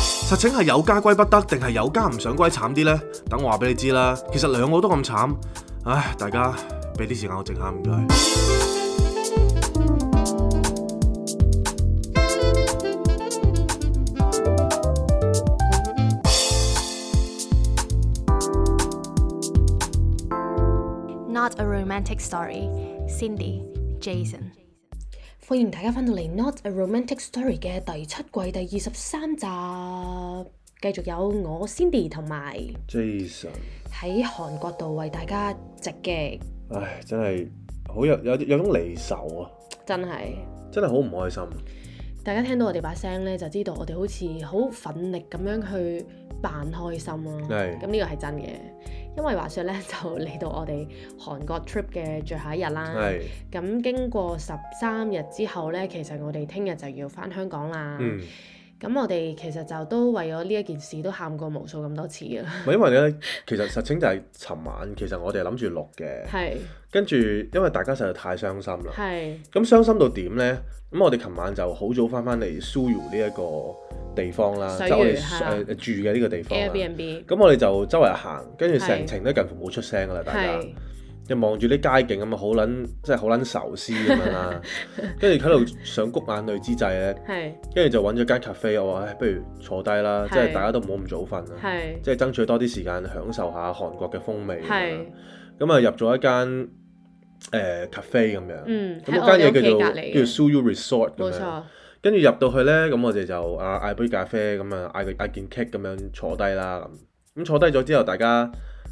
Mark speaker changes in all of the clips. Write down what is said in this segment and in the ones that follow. Speaker 1: 實情係有家歸不得，定係有家唔想歸慘啲呢？等我話俾你知啦。其實兩個都咁慘，唉，大家俾啲時間我靜下唔該。
Speaker 2: Not a romantic story. Cindy, Jason。
Speaker 3: 歡迎大家翻到嚟《Not a Romantic Story》嘅第七季第二十三集，繼續有我 Cindy 同埋
Speaker 4: Jason，
Speaker 3: 喺韓國度為大家直擊，
Speaker 4: 唉，真係好有有有種離愁啊，
Speaker 3: 真係
Speaker 4: 真係好唔開心。
Speaker 3: 大家聽到我哋把聲呢，就知道我哋好似好奮力咁樣去扮開心咯、
Speaker 4: 係
Speaker 3: 咁呢個係真嘅，因為話說呢，就嚟到我哋韓國 trip 嘅最後一日啦。
Speaker 4: 係，
Speaker 3: 咁經過十三日之後呢，其實我哋聽日就要翻香港啦。
Speaker 4: 嗯，
Speaker 3: 咁我哋其實就都為咗呢一件事都喊過無數咁多次啊
Speaker 4: 唔
Speaker 3: 嘅，
Speaker 4: 係因為咧，其實實情就係尋晚，其實我哋諗住錄嘅，
Speaker 3: 係
Speaker 4: 跟住因為大家實在太傷心啦，
Speaker 3: 係
Speaker 4: 咁傷心到點呢？咁我哋琴晚就好早翻翻嚟 Suyu 呢一個地方啦，即
Speaker 3: 水
Speaker 4: 係我哋
Speaker 3: 魚係啊
Speaker 4: 誒住嘅呢個地方啦。
Speaker 3: Airbnb
Speaker 4: 咁我哋就周圍行，跟住成
Speaker 3: 係
Speaker 4: 程都近乎冇出聲噶啦，大家。
Speaker 3: 係
Speaker 4: 就望住啲街景咁啊，好撚即係好撚愁思咁樣啦， 跟住喺度想谷眼淚之際咧，
Speaker 3: 係
Speaker 4: 跟住就揾咗間 cafe，我話唉，不如坐低啦，
Speaker 3: 係
Speaker 4: 即係大家都唔好咁早瞓啦，
Speaker 3: 係
Speaker 4: 即係爭取多啲時間享受下韓國嘅風味咁樣啦
Speaker 3: 係，
Speaker 4: 咁啊入咗一間誒 cafe 咁樣，
Speaker 3: 嗯，
Speaker 4: 咁
Speaker 3: 喺
Speaker 4: 嗰
Speaker 3: 我
Speaker 4: 間嘢
Speaker 3: 哋屋
Speaker 4: 叫做
Speaker 3: 企隔
Speaker 4: 叫做
Speaker 3: 離嘅，
Speaker 4: Suyu Resort
Speaker 3: 冇
Speaker 4: 咁樣，
Speaker 3: 錯
Speaker 4: 跟住入到去咧，咁我哋就啊嗌杯咖啡咁啊嗌個嗌件 cake 咁樣坐低啦咁，咁坐低咗之後，大家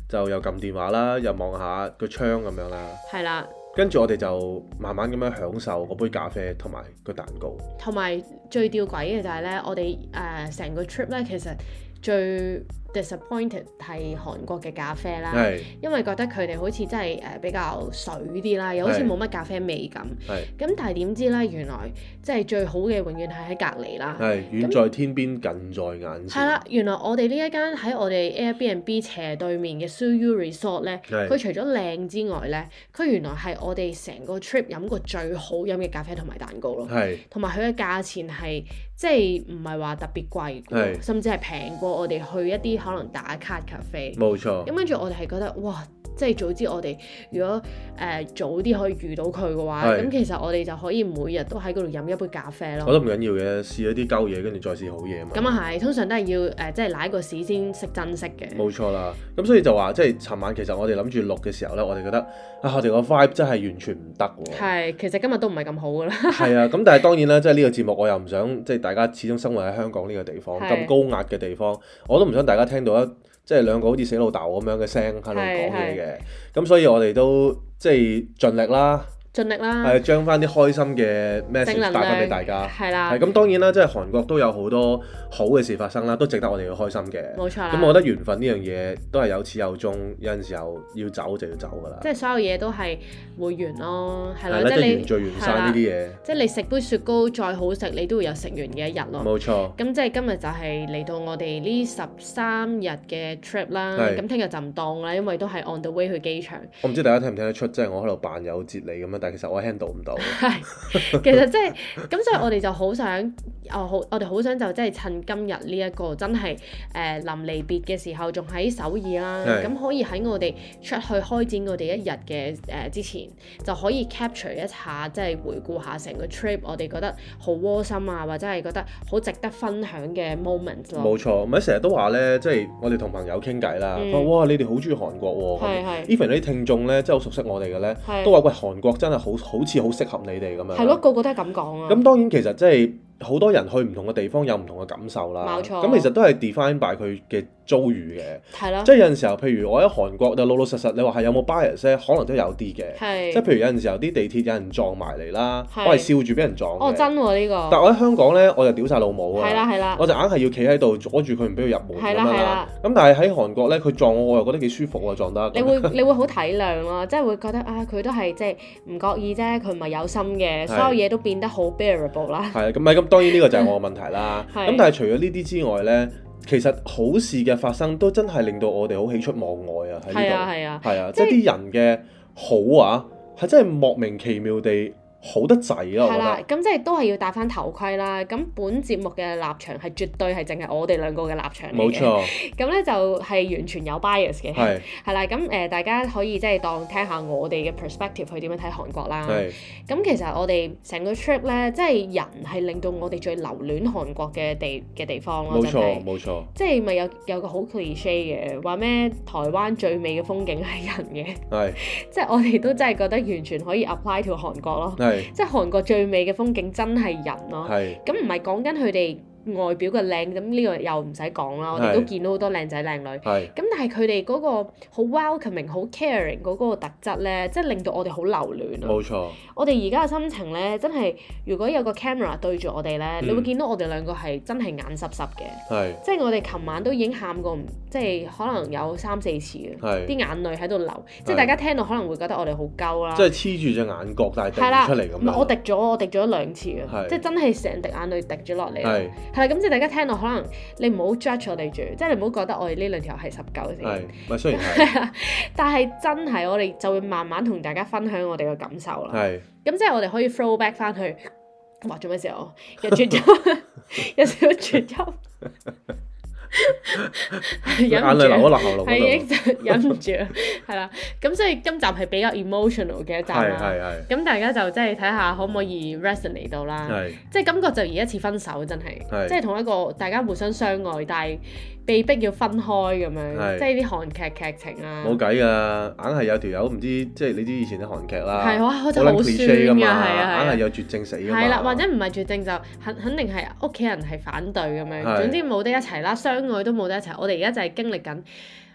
Speaker 4: 就又撳電話啦，又望下個窗咁樣啦。
Speaker 3: 係啦，
Speaker 4: 跟住我哋就慢慢咁樣享受嗰杯咖啡同埋個蛋糕，
Speaker 3: 同埋最吊詭嘅就係咧，我哋誒成個 trip 咧其實最 disappointed 係韓國嘅咖啡啦。
Speaker 4: 係
Speaker 3: 因為覺得佢哋好似真係誒比較水啲啦，又好似
Speaker 4: 係
Speaker 3: 冇乜咖啡味咁。
Speaker 4: 係
Speaker 3: 咁但係點知咧，原來即係最好嘅永遠係喺隔離啦。
Speaker 4: 係遠在天邊，近在眼前。
Speaker 3: 係啦，原來我哋呢一間喺我哋 Airbnb 斜對面嘅 Suyu Resort 咧，
Speaker 4: 係
Speaker 3: 佢除咗靚之外咧，佢原來係我哋成個 trip 飲過最好飲嘅咖啡同埋蛋糕咯。
Speaker 4: 係
Speaker 3: 同埋佢嘅價錢係即係唔係話特別貴嘅，
Speaker 4: 係
Speaker 3: 甚至係平過我哋去一啲可能打卡 cafe。
Speaker 4: 冇錯，
Speaker 3: 咁跟住我哋係覺得哇，即係早知我哋如果誒、呃早啲可以遇到佢嘅話，
Speaker 4: 係
Speaker 3: 咁其實我哋就可以每日都喺嗰度飲一杯咖啡
Speaker 4: 我都
Speaker 3: 咯。
Speaker 4: 唔緊要嘅，試咗啲鳩嘢，跟住再試好嘢嘛。
Speaker 3: 咁啊係，通常都係要誒、呃即係舐個屎先識珍惜嘅。
Speaker 4: 冇錯啦。咁所以就話，即係尋晚其實我哋諗住錄嘅時候呢，我哋覺得啊，我哋個 vibe 真係完全唔得喎。
Speaker 3: 係，其實今日都唔係咁好噶啦。
Speaker 4: 係啊，咁但係當然啦，即係呢個節目我又唔想，即係大家始終生活喺香港呢個地方咁
Speaker 3: 係
Speaker 4: 高壓嘅地方，我都唔想大家聽到一即係兩個好似死老豆咁樣嘅聲喺度
Speaker 3: 係
Speaker 4: 講嘢嘅。咁所以我哋都即係盡力啦，
Speaker 3: 盡力啦，
Speaker 4: 係將翻啲開心嘅
Speaker 3: 嗯正
Speaker 4: message
Speaker 3: 能
Speaker 4: 帶翻俾
Speaker 3: 量
Speaker 4: 大家。
Speaker 3: 係啊啦
Speaker 4: 係，咁當然啦，即係韓國都有好多好嘅事發生啦，都值得我哋去開心嘅。
Speaker 3: 冇錯啦。
Speaker 4: 咁我覺得緣分呢樣嘢都係有始有終，有陣時候要走就要走㗎啦。
Speaker 3: 即係所有嘢都係會完咯，係
Speaker 4: 係
Speaker 3: 啦，
Speaker 4: 啦，
Speaker 3: 即
Speaker 4: 即
Speaker 3: 係
Speaker 4: 係
Speaker 3: 你
Speaker 4: 緣聚緣散呢
Speaker 3: 係啦
Speaker 4: 啲
Speaker 3: 即係你食杯雪糕再好食，你都會有食完嘅一日
Speaker 4: 嘢，
Speaker 3: 咯。
Speaker 4: 冇錯。
Speaker 3: 咁即係今日就係嚟到我哋呢十三日嘅 trip 啦，
Speaker 4: 係
Speaker 3: 咁聽日就唔當啦，因為都係 on the way 去機場。
Speaker 4: 我唔知大家聽唔聽得出，即係我喺度扮有哲理咁樣，但係其實我 handle 唔到。
Speaker 3: 係，其實即係咁，所以我哋就好想，哦好，我哋好想就即係趁今日呢一個真係誒臨離別嘅時候，仲喺首爾啦，
Speaker 4: 係
Speaker 3: 咁可以喺我哋出去開展我哋一日嘅誒之前，就可以 capture 一下，即係回顧下成個 trip，我哋覺得好窩心啊，或者係覺得好值得分享嘅 moment 咯。
Speaker 4: 冇錯，咪成日都話咧，即係我哋同朋友傾偈啦，
Speaker 3: 嗯
Speaker 4: 佢話哇你哋好中意韓國喎、
Speaker 3: 係
Speaker 4: 咁
Speaker 3: 係
Speaker 4: even 啲聽眾咧，即係好熟悉我哋嘅咧
Speaker 3: 係，
Speaker 4: 都話喂韓國真係好好似好適合你哋咁樣。
Speaker 3: 係咯，。個個都係咁講啊。
Speaker 4: 咁當然其實即係好多人去唔同嘅地方有唔同嘅感受啦。
Speaker 3: 冇錯啊
Speaker 4: 咁其實都係 define by 佢嘅遭遇嘅，
Speaker 3: 係咯
Speaker 4: 即，係有陣時候，譬如我喺韓國就老老實實，你話係有冇 bias 咧，可能都有啲嘅。
Speaker 3: 係
Speaker 4: 即係譬如有陣時候啲地鐵有人撞埋嚟啦，
Speaker 3: 係
Speaker 4: 我係笑住俾人撞嘅
Speaker 3: 哦，真喎呢
Speaker 4: 但
Speaker 3: 個，
Speaker 4: 我喺香港咧，我就屌晒老母啊！
Speaker 3: 係啦係啦
Speaker 4: 我就硬係要企喺度阻住佢唔俾佢入門咁
Speaker 3: 係
Speaker 4: 樣
Speaker 3: 啦係
Speaker 4: 啦
Speaker 3: 啦。
Speaker 4: 咁但係喺韓國咧，佢撞我，我又覺得幾舒服喎，撞得。
Speaker 3: 你會你會好體諒咯，即係會覺得啊，佢都係即係唔覺意啫，佢唔係有心
Speaker 4: 係
Speaker 3: 嘅，所有嘢都變得好 bearable 啦。
Speaker 4: 係咁，咪咁當然呢個就係我嘅問題啦。
Speaker 3: 係
Speaker 4: 咁但係除咗呢啲之外咧，其實好事嘅發生都真係令到我哋好喜出望外啊！喺
Speaker 3: 係啊
Speaker 4: 呢
Speaker 3: 係啊，
Speaker 4: 度係啊，
Speaker 3: 即
Speaker 4: 即
Speaker 3: 係
Speaker 4: 係啲人嘅好啊，係真係莫名其妙地好得滯啦，我
Speaker 3: 係
Speaker 4: 覺
Speaker 3: 啦
Speaker 4: 得，。
Speaker 3: 咁即係都係要戴翻頭盔啦。咁本節目嘅立場係絕對係淨係我哋兩個嘅立場嚟嘅。
Speaker 4: 冇。錯，
Speaker 3: 咁咧就係完全有 bias 嘅。
Speaker 4: 係
Speaker 3: 係啦，咁誒、呃大家可以即係當聽下我哋嘅 perspective 去點樣睇韓國 啦。
Speaker 4: 係
Speaker 3: 咁其實我哋成個 trip 咧，即係人係令到我哋最留戀韓國嘅地嘅地方咯，
Speaker 4: 冇
Speaker 3: 啊真係
Speaker 4: 錯。冇錯，
Speaker 3: 即係咪有有個好 cliche 嘅話咩？台灣最美嘅風景係人嘅，
Speaker 4: 係
Speaker 3: 即係我哋都真係覺得完全可以 apply to 韓國咯。
Speaker 4: 係
Speaker 3: 即係韓國最美嘅風景真係人咯。
Speaker 4: 係
Speaker 3: 咁唔係講緊佢哋外表嘅靚，咁呢個又唔使講啦。我哋都
Speaker 4: 係
Speaker 3: 見到好多靚仔靚女。
Speaker 4: 係
Speaker 3: 咁但係佢哋嗰個好 welcoming、好 caring 嗰個特質咧，即係令到我哋好留戀啊！
Speaker 4: 冇錯，
Speaker 3: 我哋而家嘅心情咧，真係如果有個 camera 對住我哋咧，
Speaker 4: 嗯
Speaker 3: 你會見到我哋兩個係真係眼濕濕嘅，
Speaker 4: 係
Speaker 3: 即係我哋琴晚都已經喊過唔，即係可能有三四次嘅，啲
Speaker 4: 係，
Speaker 3: 眼淚喺度流，即係
Speaker 4: 係
Speaker 3: 大家聽到可能會覺得我哋好鳩啦
Speaker 4: 即。係黐住隻眼角，但係
Speaker 3: 係啦，
Speaker 4: 滴唔出嚟咁
Speaker 3: 唔係我
Speaker 4: 樣。
Speaker 3: 滴咗，我滴咗兩次嘅，
Speaker 4: 係
Speaker 3: 即係真係成滴眼淚滴咗落嚟啦。
Speaker 4: 係
Speaker 3: 係啦，咁即係大家聽到可能你唔好 judge 我哋住，即係你唔好覺得我哋呢兩條係十九先。
Speaker 4: 係，咪雖然 係
Speaker 3: 但係真係我哋就會慢慢同大家分享我哋嘅感受啦。
Speaker 4: 係
Speaker 3: 咁即係我哋可以 throw back 翻去，哇！做咩事我又絕咗， 有少少絕咗，
Speaker 4: 眼
Speaker 3: 忍唔
Speaker 4: 淚
Speaker 3: 住
Speaker 4: 流咗落喉嚨
Speaker 3: 係已
Speaker 4: 嗰
Speaker 3: 經
Speaker 4: 度。
Speaker 3: 就忍唔住啦， 係啦。咁所以今集係比較 emotional 嘅一集
Speaker 4: 係
Speaker 3: 啦。
Speaker 4: 係係
Speaker 3: 咁大家就即係睇下可唔可以 resonate 到啦。
Speaker 4: 係
Speaker 3: 即係感覺就而家似分手，真係，
Speaker 4: 係
Speaker 3: 即係同一個大家互相相愛，但係被逼要分開咁樣，
Speaker 4: 係
Speaker 3: 即係啲韓劇劇情啊，
Speaker 4: 冇計㗎，硬係有條友唔知，即係你知以前啲韓劇啦，
Speaker 3: 係哇
Speaker 4: 好
Speaker 3: 真係好
Speaker 4: 撚 cliché 㗎
Speaker 3: 酸㗎係啊係啊
Speaker 4: 嘛，硬係有絕症死㗎嘛。
Speaker 3: 係啦，或者唔係絕症就肯肯定係屋企人係反對咁樣，
Speaker 4: 係
Speaker 3: 總之冇得一齊啦，相愛都冇得一齊。我哋而家就係經歷緊，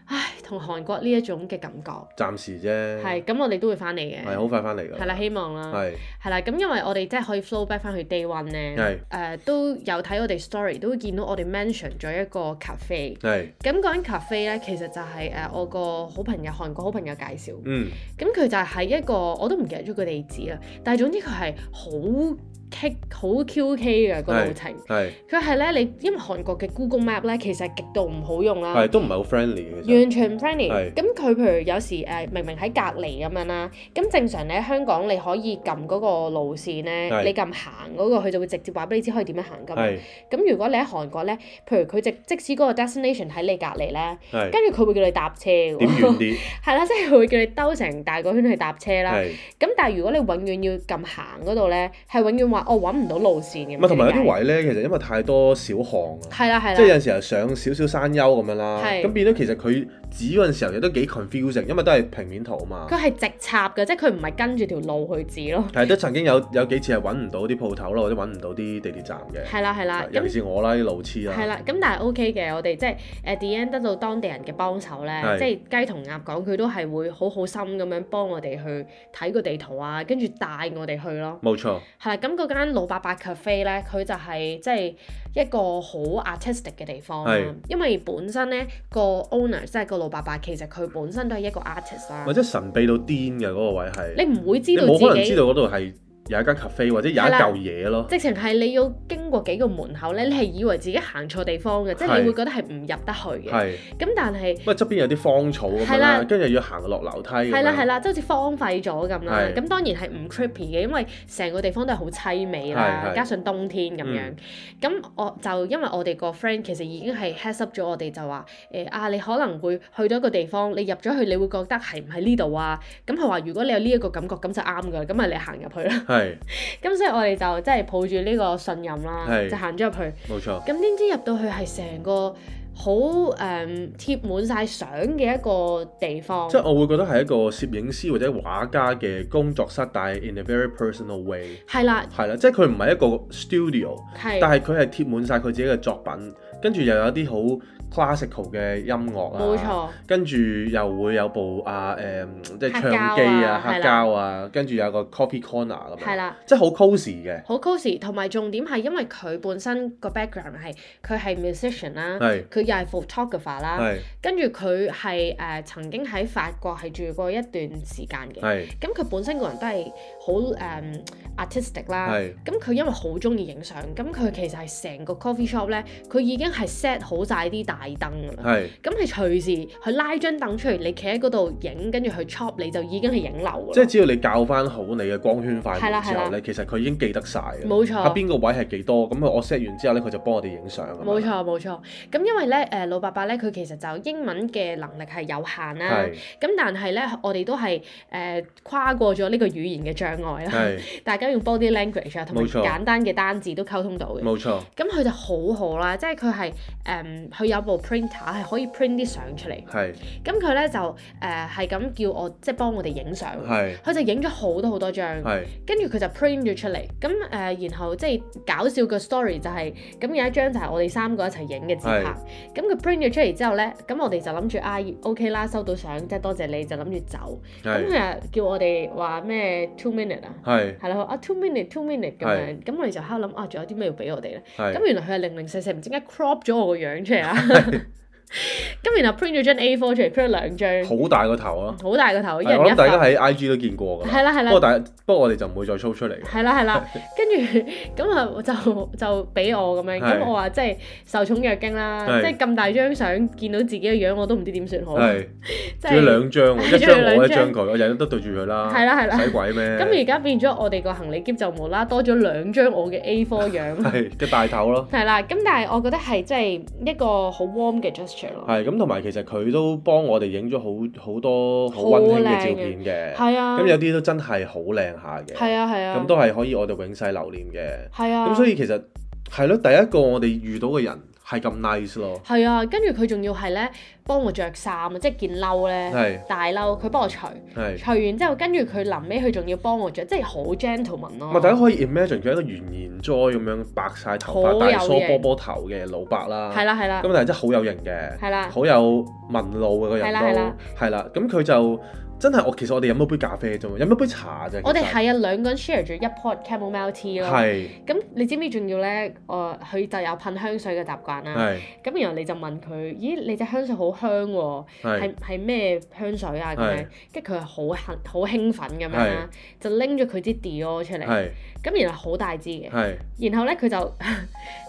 Speaker 3: 唉，同韓國呢一種嘅感覺，
Speaker 4: 暫時啫，
Speaker 3: 係咁我哋都會翻嚟
Speaker 4: 係
Speaker 3: 嘅，
Speaker 4: 好快翻嚟㗎。
Speaker 3: 係啦，希望啦。
Speaker 4: 係
Speaker 3: 係啦，咁因為我哋即係可以 flow back 翻去 day one 咧，誒
Speaker 4: 係、
Speaker 3: 都有睇我哋 story，都會見到我哋 mention 咗一個 cafe。
Speaker 4: 係
Speaker 3: 咁講緊 cafe 咧，其實就係誒我個好朋友韓國好朋友介紹，
Speaker 4: 嗯
Speaker 3: 咁佢就喺一個我都唔記得咗個地址啦，但係總之佢係好棘好 QK 嘅個路程。
Speaker 4: 係
Speaker 3: 佢係咧，你因為韓國嘅 Google Map 咧，其實係極度唔好用啦。
Speaker 4: 係都唔係好 friendly 嘅其實。
Speaker 3: 完全唔 friendly，
Speaker 4: 係
Speaker 3: 咁佢譬如有時誒、呃明明喺隔離咁樣啦，咁正常咧香港你可以撳嗰個路線咧，
Speaker 4: 係
Speaker 3: 你撳行嗰、個佢就會直接話俾你知可以點樣行㗎嘛。
Speaker 4: 係
Speaker 3: 咁如果你喺韓國咧，譬如佢直即使嗰個 destination 喺你隔離咧，
Speaker 4: 係
Speaker 3: 跟住佢會叫你搭車㗎
Speaker 4: 點遠
Speaker 3: 喎，
Speaker 4: 啲
Speaker 3: 係啦，即係佢會叫你兜成大個圈去搭車啦。
Speaker 4: 係。
Speaker 3: 咁但係如果你永遠要撳行嗰度咧，係永遠話我揾唔到路線嘅。
Speaker 4: 唔係同埋有
Speaker 3: 點解
Speaker 4: 啲位咧，其實因為太多小巷啊。
Speaker 3: 係啦係啦，
Speaker 4: 即係有陣時候上少少山丘咁樣啦，
Speaker 3: 係
Speaker 4: 咁變咗其實佢指嗰陣時候亦都幾 confusing，因為都係平面圖啊嘛。
Speaker 3: 佢係直插嘅，即係佢唔係跟住條路去指咯。
Speaker 4: 係都曾經有有幾次係揾唔到啲鋪頭啦，或者揾唔到啲地鐵站嘅，啊
Speaker 3: 係啦係啦，
Speaker 4: 尤其
Speaker 3: 咁
Speaker 4: 是我啦啲路痴啊啦，
Speaker 3: 係啦，咁但係 OK 嘅，我哋即係誒 D N 得到當地人嘅幫手咧，
Speaker 4: 係
Speaker 3: 即係雞同鴨講，佢都係會好好心咁樣幫我哋去睇個地圖啊，跟住帶我哋去咯。
Speaker 4: 冇錯，
Speaker 3: 係啦，咁嗰間老伯伯 cafe 咧，佢就係即係一個好 artistic 嘅地方啦
Speaker 4: 係。
Speaker 3: 因為本身咧個 owner 即係個老伯伯，其實佢本身都係一個 artist 啦
Speaker 4: 或。者神秘到癲嘅嗰個位係，
Speaker 3: 你唔會知
Speaker 4: 你
Speaker 3: 道
Speaker 4: 冇可
Speaker 3: 自
Speaker 4: 能知
Speaker 3: 己
Speaker 4: 道。嗰度係有一間 cafe 或者有一
Speaker 3: 係啦
Speaker 4: 嚿嘢咯，
Speaker 3: 直情係你要經過幾個門口咧，你係以為自己行錯地方嘅，即係你
Speaker 4: 係
Speaker 3: 會覺得係唔入得去嘅。
Speaker 4: 係，
Speaker 3: 咁但係
Speaker 4: 喂側邊有啲荒草咁
Speaker 3: 係
Speaker 4: 樣
Speaker 3: 啦
Speaker 4: 啦，跟住又要行落樓梯咁樣，
Speaker 3: 係啦係啦，即係好似荒廢咗咁啦。
Speaker 4: 係
Speaker 3: 咁當然係唔 creepy 嘅，因為成個地方都係好凄美啦
Speaker 4: 係，嗯係
Speaker 3: 加上冬天咁樣。咁我就因為我哋個 friend 其實已經係 heads up 咗我哋就話誒啊，你可能會去到一個地方，你入咗去你會覺得係唔喺呢度啊。咁佢話如果你有呢一個感覺咁就啱㗎啦，咁咪你行入去 啦。
Speaker 4: 係
Speaker 3: 咁所以我哋就即係抱住呢個信任啦，
Speaker 4: 係
Speaker 3: 就行咗入去。
Speaker 4: 冇錯，
Speaker 3: 咁點知入到去係成個好誒、貼滿晒相嘅一個地方
Speaker 4: 即，係我會覺得係一個攝影師或者畫家嘅工作室，但係 in a very personal way。
Speaker 3: 係啦，
Speaker 4: 係啦，即係佢唔係一個 studio，
Speaker 3: 係
Speaker 4: 但係佢係貼滿晒佢自己嘅作品，跟住又有啲好 classical 嘅音樂啊，
Speaker 3: 冇錯，
Speaker 4: 跟住又會有部啊誒、嗯即係
Speaker 3: 黑
Speaker 4: 唱
Speaker 3: 膠啊
Speaker 4: 機啊、黑
Speaker 3: 係啦
Speaker 4: 膠啊，跟住有個 coffee corner 咁
Speaker 3: 係
Speaker 4: 樣，
Speaker 3: 啦，
Speaker 4: 即係好 cosy 嘅，
Speaker 3: 好 cosy，同埋重點係因為佢本身個 background 係佢係 musician 啦，
Speaker 4: 係
Speaker 3: 佢又係 photographer 啦，
Speaker 4: 係
Speaker 3: 跟住佢係誒曾經喺法國係住過一段時間嘅。
Speaker 4: 係
Speaker 3: 咁佢本身個人都係好誒 artistic 啦
Speaker 4: 係，
Speaker 3: 咁佢因為好中意影相，咁佢其實係成個 coffee shop 咧，佢已經係 set 好晒啲大燈㗎啦。
Speaker 4: 係，
Speaker 3: 咁你隨時佢拉張凳出嚟，你企喺嗰度影，跟住佢 chop 你就已經係影流㗎啦。
Speaker 4: 即係只要你教翻好你嘅光圈快
Speaker 3: 係啦
Speaker 4: 門之
Speaker 3: 係啦
Speaker 4: 後咧，其實佢已經記得晒嘅。
Speaker 3: 冇錯
Speaker 4: 啊邊個位係幾多？咁啊，我 set 完之後咧，佢就幫我哋影相。啊咁樣
Speaker 3: 冇。錯冇錯，咁因為咧誒、老伯伯咧佢其實就英文嘅能力係有限啦，
Speaker 4: 係
Speaker 3: 咁但係咧我哋都係誒、呃跨過咗呢個語言嘅障礙啦，
Speaker 4: 係
Speaker 3: 大家用 body language 啊同埋
Speaker 4: 冇錯
Speaker 3: 簡單嘅單字都溝通到嘅。
Speaker 4: 冇錯，
Speaker 3: 咁佢就好好啦，即係佢係誒佢有部 printer 係可以 print 啲相出嚟，
Speaker 4: 係
Speaker 3: 咁佢咧就誒係咁叫我即係幫我哋影相，
Speaker 4: 係
Speaker 3: 佢就影咗好多好多張。
Speaker 4: 係
Speaker 3: 跟住佢就 print 咗出嚟，咁誒、呃然後即係搞笑嘅 story 就係、咁有一張就係我哋三個一齊影嘅自拍，咁佢 print 咗出嚟之後咧，咁我哋就諗住啊 OK 啦，收到相，即係多謝你，就諗住走。咁
Speaker 4: 係
Speaker 3: 佢又叫我哋話咩 two minute 啊，
Speaker 4: 係
Speaker 3: 係啦，佢話啊 two minute two minute 咁樣，
Speaker 4: 係
Speaker 3: 咁我哋就喺度諗啊，仲有啲咩要俾我哋咧？
Speaker 4: 係
Speaker 3: 咁原來佢係零零四四，唔知點解 crop 咗我個樣出嚟啦。 咁然後 print 咗張 A4 出嚟，print 咗兩張，
Speaker 4: 好大個頭咯。
Speaker 3: 好大個頭，一
Speaker 4: 係
Speaker 3: 人
Speaker 4: 我
Speaker 3: 一
Speaker 4: 諗大家
Speaker 3: 份。
Speaker 4: 喺 IG 都見過㗎啦。
Speaker 3: 係啦係啦
Speaker 4: 不過但不過我哋就唔會再 show 出嚟嘅。
Speaker 3: 係啦係 啦，跟住咁啊就就俾我咁樣，
Speaker 4: 係
Speaker 3: 咁我話即係受寵若驚啦，
Speaker 4: 係
Speaker 3: 即係咁大張相見到自己嘅樣，我都唔知點算好，
Speaker 4: 係，
Speaker 3: 即
Speaker 4: 仲要
Speaker 3: 係
Speaker 4: 兩張喎，一
Speaker 3: 仲要
Speaker 4: 張我，
Speaker 3: 兩
Speaker 4: 一
Speaker 3: 張
Speaker 4: 張佢，我日日都對住佢啦。
Speaker 3: 係啦係啦
Speaker 4: 使鬼咩？
Speaker 3: 咁而家變咗我哋個行李篋就無啦啦多咗兩張我嘅 A4 樣，
Speaker 4: 係嘅大頭咯。
Speaker 3: 係啦，咁但係我覺得係即係一個好 warm 嘅 gesture 咯，
Speaker 4: 係咁，同埋其實佢都幫我哋影咗好好多好
Speaker 3: 好
Speaker 4: 温馨嘅
Speaker 3: 靚
Speaker 4: 照
Speaker 3: 嘅
Speaker 4: 片嘅。
Speaker 3: 係啊，
Speaker 4: 咁有啲都真係好靚下
Speaker 3: 係
Speaker 4: 嘅，
Speaker 3: 啊係啊，
Speaker 4: 咁都係可以我哋永世留念嘅。
Speaker 3: 係啊，
Speaker 4: 咁所以其實係咯，第一個我哋遇到嘅人係咁 nice 咯，
Speaker 3: 係啊，跟住佢仲要係咧幫我着衫啊，即係件褸咧。
Speaker 4: 係
Speaker 3: 大褸，佢幫我除，
Speaker 4: 係。
Speaker 3: 除完之後，跟住佢臨尾佢仲要幫我着，即係好 gentleman 咯。
Speaker 4: 咪大家可以 imagine 佢係一個圓言災咁樣白晒頭
Speaker 3: 好
Speaker 4: 髮、
Speaker 3: 有
Speaker 4: 大梳
Speaker 3: 型
Speaker 4: 波波頭嘅老伯啦，
Speaker 3: 係啦係啦
Speaker 4: 咁，但係真係好有型嘅，
Speaker 3: 係啦
Speaker 4: 好有文路嘅個
Speaker 3: 係
Speaker 4: 人
Speaker 3: 啦
Speaker 4: 都
Speaker 3: 係啦
Speaker 4: 係啦，咁佢就真係我其實我哋飲咗杯咖啡啫嘛，飲咗杯茶啫，
Speaker 3: 我哋
Speaker 4: 其實
Speaker 3: 係啊兩個人 share 住一 pot chamomile tea 咯。
Speaker 4: 係
Speaker 3: 咁你知唔知仲要咧？誒、佢就有噴香水嘅習慣啦。
Speaker 4: 係
Speaker 3: 咁然後你就問佢：咦，你隻香水好香喎、
Speaker 4: 係
Speaker 3: 係係咩香水啊？咁樣
Speaker 4: 係，
Speaker 3: 跟住佢係好興好興奮咁樣啦，就拎咗佢支 Dior 出嚟，
Speaker 4: 係
Speaker 3: 咁然後好大支嘅，
Speaker 4: 係
Speaker 3: 然後咧佢就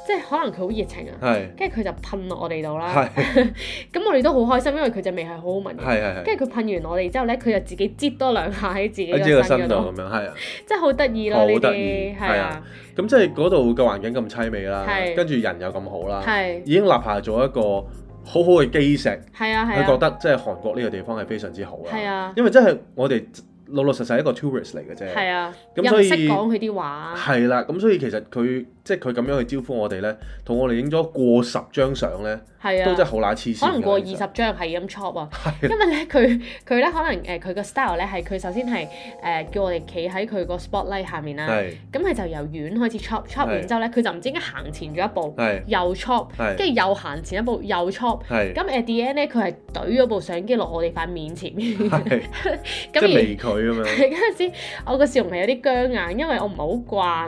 Speaker 3: 即係可能佢好熱情啊，
Speaker 4: 係
Speaker 3: 跟住佢就噴落我哋度啦，
Speaker 4: 係
Speaker 3: 咁我哋都好開心，因為佢隻味係好好聞嘅
Speaker 4: 係係係
Speaker 3: 跟住佢噴完我哋之後咧，佢又自己擠多兩下喺自己個
Speaker 4: 喺自己個
Speaker 3: 身
Speaker 4: 身
Speaker 3: 嗰
Speaker 4: 度
Speaker 3: 度
Speaker 4: 咁，樣係啊。
Speaker 3: 真係好得意咯！
Speaker 4: 好
Speaker 3: 呢
Speaker 4: 得意
Speaker 3: 啲係啊，
Speaker 4: 咁即係嗰度嘅環境咁凄美啦
Speaker 3: 係，
Speaker 4: 跟住人又咁好啦，
Speaker 3: 係
Speaker 4: 已經立下咗一個好好嘅基石。
Speaker 3: 係啊
Speaker 4: 佢覺
Speaker 3: 係啊，
Speaker 4: 得即係韓國呢個地方係非常之好
Speaker 3: 係
Speaker 4: 啦
Speaker 3: 啊，
Speaker 4: 因為真係我哋老老實實係一個 tourist 嚟嘅
Speaker 3: 係
Speaker 4: 啫，
Speaker 3: 啊，
Speaker 4: 咁
Speaker 3: 又唔
Speaker 4: 所以
Speaker 3: 識講佢啲話，
Speaker 4: 係啦，咁所以其實佢即係佢咁樣去招呼我哋呢，同我哋影咗過十張相呢，
Speaker 3: 係
Speaker 4: 都真係
Speaker 3: 啊。
Speaker 4: 好乸黐線㗎。
Speaker 3: 可能過二
Speaker 4: 其
Speaker 3: 十
Speaker 4: 實
Speaker 3: 張係咁 chop 啊，因為咧佢佢咧可能誒佢個 style 咧係佢首先係誒、呃叫我哋企喺佢個 spotlight 下面啦，
Speaker 4: 係
Speaker 3: 咁佢就由遠開始 chop chop 完之後咧，佢就唔知點解行前咗一步，
Speaker 4: 係
Speaker 3: 又 chop，
Speaker 4: 係
Speaker 3: 跟住又行前一步又 chop，
Speaker 4: 係
Speaker 3: 咁 at the end 咧佢係懟咗部相機落我哋塊面前面，
Speaker 4: 係即
Speaker 3: 咁
Speaker 4: 係
Speaker 3: 而
Speaker 4: 微佢咁樣，
Speaker 3: 嗰陣時，我個笑容係有啲僵硬，因為我唔係好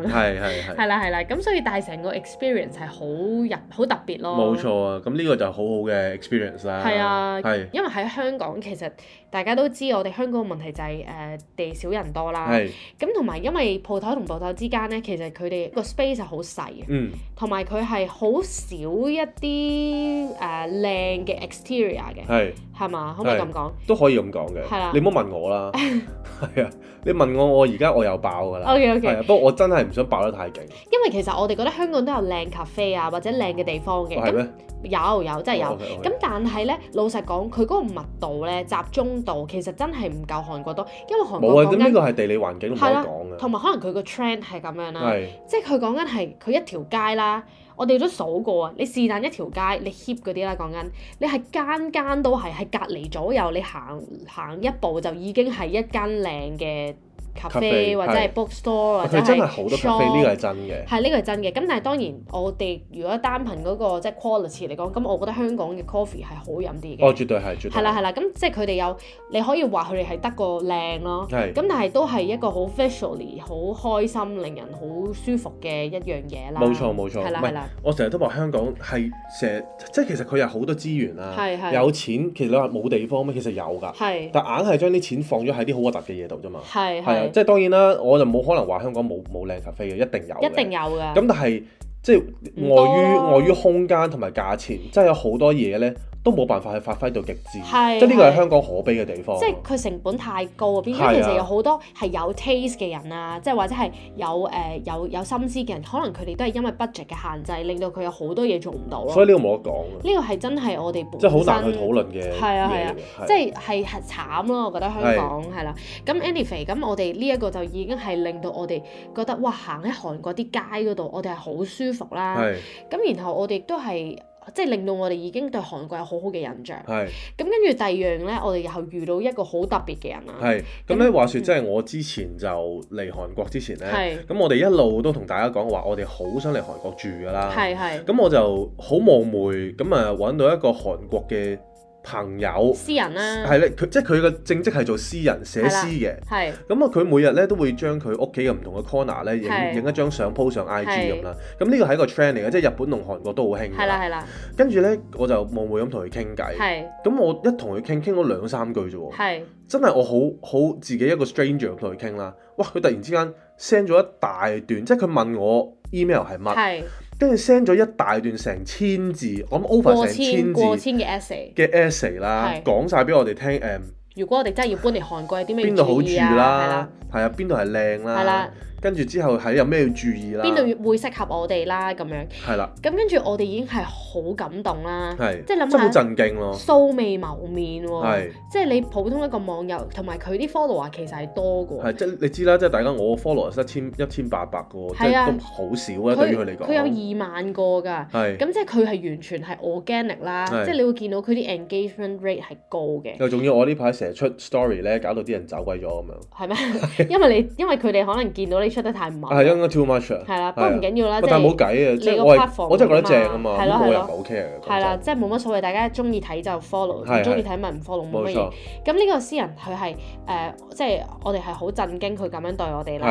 Speaker 3: 慣。
Speaker 4: 係係係
Speaker 3: 係。啦係啦，咁所以但係成個 experience 係好入好特別咯。
Speaker 4: 冇錯啊，咁呢個就好好嘅 experience 啦。
Speaker 3: 係啊
Speaker 4: 係
Speaker 3: 因為喺香港其實大家都知我哋香港嘅問題就係、呃地少人多啦。
Speaker 4: 係，
Speaker 3: 咁同埋因為鋪頭同鋪頭之間咧，其實佢哋個 space 係好細嘅，
Speaker 4: 嗯，
Speaker 3: 同埋佢係好少一啲誒靚嘅 exterior 嘅，
Speaker 4: 係
Speaker 3: 係嘛？可唔可以
Speaker 4: 係
Speaker 3: 咁講
Speaker 4: 都可以咁講
Speaker 3: 係啦
Speaker 4: 嘅。你唔好問我 啦，係啊，你問我，我而家我有爆㗎啦。
Speaker 3: ？OK OK。
Speaker 4: 係啊，不過我真係唔想爆得太勁。
Speaker 3: 因為其實我哋覺得香港都有靚 cafe 啊，或者靚嘅地方嘅，
Speaker 4: 哦係
Speaker 3: 咁
Speaker 4: 咩？
Speaker 3: 有有真係有。
Speaker 4: 哦，OK，OK
Speaker 3: 咁但係咧，老實講，佢嗰個密度咧、集中度其實真係唔夠韓國多，因為韓
Speaker 4: 冇
Speaker 3: 國
Speaker 4: 啊，
Speaker 3: 講
Speaker 4: 咁呢個
Speaker 3: 緊
Speaker 4: 係地理環境唔可以
Speaker 3: 係啦
Speaker 4: 講
Speaker 3: 同啊
Speaker 4: 嘅。
Speaker 3: 埋可能佢個 trend 係咁樣啦，
Speaker 4: 係
Speaker 3: 即係佢講緊係佢一條街啦。我哋都數過啊！你是但一條街，你 hip 嗰啲啦，講緊你係間間都係，係隔離左右你行行一步就已經係一間靚嘅 cafe 或者係
Speaker 4: 係
Speaker 3: bookstore 或者
Speaker 4: 佢真係好多
Speaker 3: shop
Speaker 4: cafe 呢個係真嘅。
Speaker 3: 係呢個係真嘅，咁但係當然我哋如果單憑嗰、個即係 quality 嚟講，咁我覺得香港嘅 coffee 係好飲啲嘅。
Speaker 4: 哦，絕對係，絕對
Speaker 3: 係啦係啦，咁即係佢哋有，你可以話佢哋係得個靚咯，
Speaker 4: 係
Speaker 3: 咁但係都係一個好 visually 好開心、令人好舒服嘅一樣嘢啦。
Speaker 4: 冇錯冇錯，
Speaker 3: 係啦
Speaker 4: 唔係
Speaker 3: 係啦，
Speaker 4: 我成日都話香港係成日，即係其實佢有好多資源啦
Speaker 3: 係，係
Speaker 4: 有錢，其實你話冇地方咩？其實有㗎，
Speaker 3: 係
Speaker 4: 但硬係將啲錢放咗喺啲好核突嘅嘢度啫嘛。
Speaker 3: 係
Speaker 4: 係啊，
Speaker 3: 係，
Speaker 4: 即係當然啦，我就冇可能話香港冇冇靚 cafe 嘅，一定有嘅
Speaker 3: 一定有
Speaker 4: 咁
Speaker 3: 㗎。
Speaker 4: 但係即係
Speaker 3: 嗯唔多
Speaker 4: 礙於礙於空間同埋價錢，真係有好多嘢咧都冇辦法去發揮到極致，即
Speaker 3: 係
Speaker 4: 係呢個係
Speaker 3: 係
Speaker 4: 香港可悲嘅地方。
Speaker 3: 即係佢成本太高啊，變
Speaker 4: 係啊
Speaker 3: 咗其實有好多係有 taste 嘅人啊，即係或者係有誒、呃有有心思嘅人，可能佢哋都係因為 budget 嘅限制，令到佢有好多嘢做唔到
Speaker 4: 所
Speaker 3: 咯。
Speaker 4: 以呢個冇得講嘅，
Speaker 3: 呢個係真係我哋本身
Speaker 4: 即係好難去討論嘅
Speaker 3: 係啊係
Speaker 4: 嘢
Speaker 3: 啊
Speaker 4: 嚟嘅。
Speaker 3: 即係係係慘咯，我覺得香港係啦。咁 anyway，咁我哋呢一個就已經係令到我哋覺得哇，行喺韓國啲街嗰度，我哋係好舒服啦。
Speaker 4: 係
Speaker 3: 咁然後我哋都係即係令到我哋已經對韓國有好好嘅印象。
Speaker 4: 係
Speaker 3: 咁跟住第二樣咧，我哋又遇到一個好特別嘅人啊啦。
Speaker 4: 係咁咧，話説即係我之前就嚟韓國之前咧，
Speaker 3: 係
Speaker 4: 咁我哋一路都同大家講話，我哋好想嚟韓國住㗎啦。
Speaker 3: 係係
Speaker 4: 咁我就好冒昧咁啊，揾到一個韓國嘅朋友。
Speaker 3: 私人啦，
Speaker 4: 係咧，佢即係佢嘅正職係做詩人寫詩嘅，
Speaker 3: 嗯係
Speaker 4: 咁啊，佢每日咧都會將佢屋企嘅唔同嘅 corner 咧
Speaker 3: 係
Speaker 4: 影影一張相 po 上 IG
Speaker 3: 係
Speaker 4: 咁啦。咁呢個係一個 trend 嚟嘅，即係日本同韓國都好興㗎
Speaker 3: 係啦。係啦，
Speaker 4: 跟住咧，我就冒昧咁同佢傾偈。
Speaker 3: 係
Speaker 4: 咁我一同佢傾傾咗兩三句啫喎，
Speaker 3: 係
Speaker 4: 真係我好好自己一個 stranger 咁同佢傾啦。哇！佢突然之間 send 咗一大段，即係佢問我 email 係乜，
Speaker 3: 係
Speaker 4: 跟住 send 咗一大段成千字，我諗
Speaker 3: 過
Speaker 4: over 成
Speaker 3: 千
Speaker 4: 千
Speaker 3: 過
Speaker 4: 字
Speaker 3: 千嘅 essay。
Speaker 4: 嘅 essay 啦，
Speaker 3: 係
Speaker 4: 講晒俾我哋聽誒
Speaker 3: 如果我哋真係要搬嚟韓國，有啲咩要
Speaker 4: 邊度好
Speaker 3: 注
Speaker 4: 住
Speaker 3: 意啊？係
Speaker 4: 啦
Speaker 3: 啦，，
Speaker 4: 係啊，邊度係靚
Speaker 3: 係
Speaker 4: 啦
Speaker 3: 啦，，
Speaker 4: 跟住之後係有咩要注意啦，
Speaker 3: 邊度會適合我哋啦？咁樣
Speaker 4: 係啦，
Speaker 3: 咁跟住我哋已經係好感動啦，
Speaker 4: 係，
Speaker 3: 即係
Speaker 4: 真
Speaker 3: 諗
Speaker 4: 係好
Speaker 3: 下哦
Speaker 4: 震驚咯，
Speaker 3: 素未謀面喎
Speaker 4: 係，
Speaker 3: 即係你普通一個網友同埋佢啲 follower 其實係多嘅喎
Speaker 4: 係。即係你知啦，即係大家我 followers 一千一千八百個，即
Speaker 3: 係啊
Speaker 4: 係都好少啊，對於佢嚟講，
Speaker 3: 佢有二萬個㗎，
Speaker 4: 係
Speaker 3: 咁即係佢係完全係 organic 啦，
Speaker 4: 係
Speaker 3: 即係你會見到佢啲 engagement rate 係高嘅，
Speaker 4: 又仲要我呢排成日出 story 咧，搞到啲人走鬼咗咁樣，
Speaker 3: 係咩？ 因為你因為佢哋可能見到你出得太密，
Speaker 4: 係因為 too much 啊，
Speaker 3: 係啦，不過唔緊要啦，
Speaker 4: 喂
Speaker 3: 即
Speaker 4: 但係冇
Speaker 3: 係
Speaker 4: 計啊，即係
Speaker 3: 你個
Speaker 4: 我
Speaker 3: platform
Speaker 4: 係我真係覺得正啊嘛，
Speaker 3: 啊嘛係咯
Speaker 4: 咁我又
Speaker 3: 係咯
Speaker 4: 唔係 care 嘅，
Speaker 3: 係
Speaker 4: 係
Speaker 3: 啦，，即係冇乜所謂，大家中意睇就 follow，
Speaker 4: 係
Speaker 3: 唔中意睇咪唔 follow 冇
Speaker 4: 冇
Speaker 3: 乜嘢
Speaker 4: 錯。，
Speaker 3: 咁呢個詩人佢係誒，即係我哋係好震驚佢咁樣對我哋啦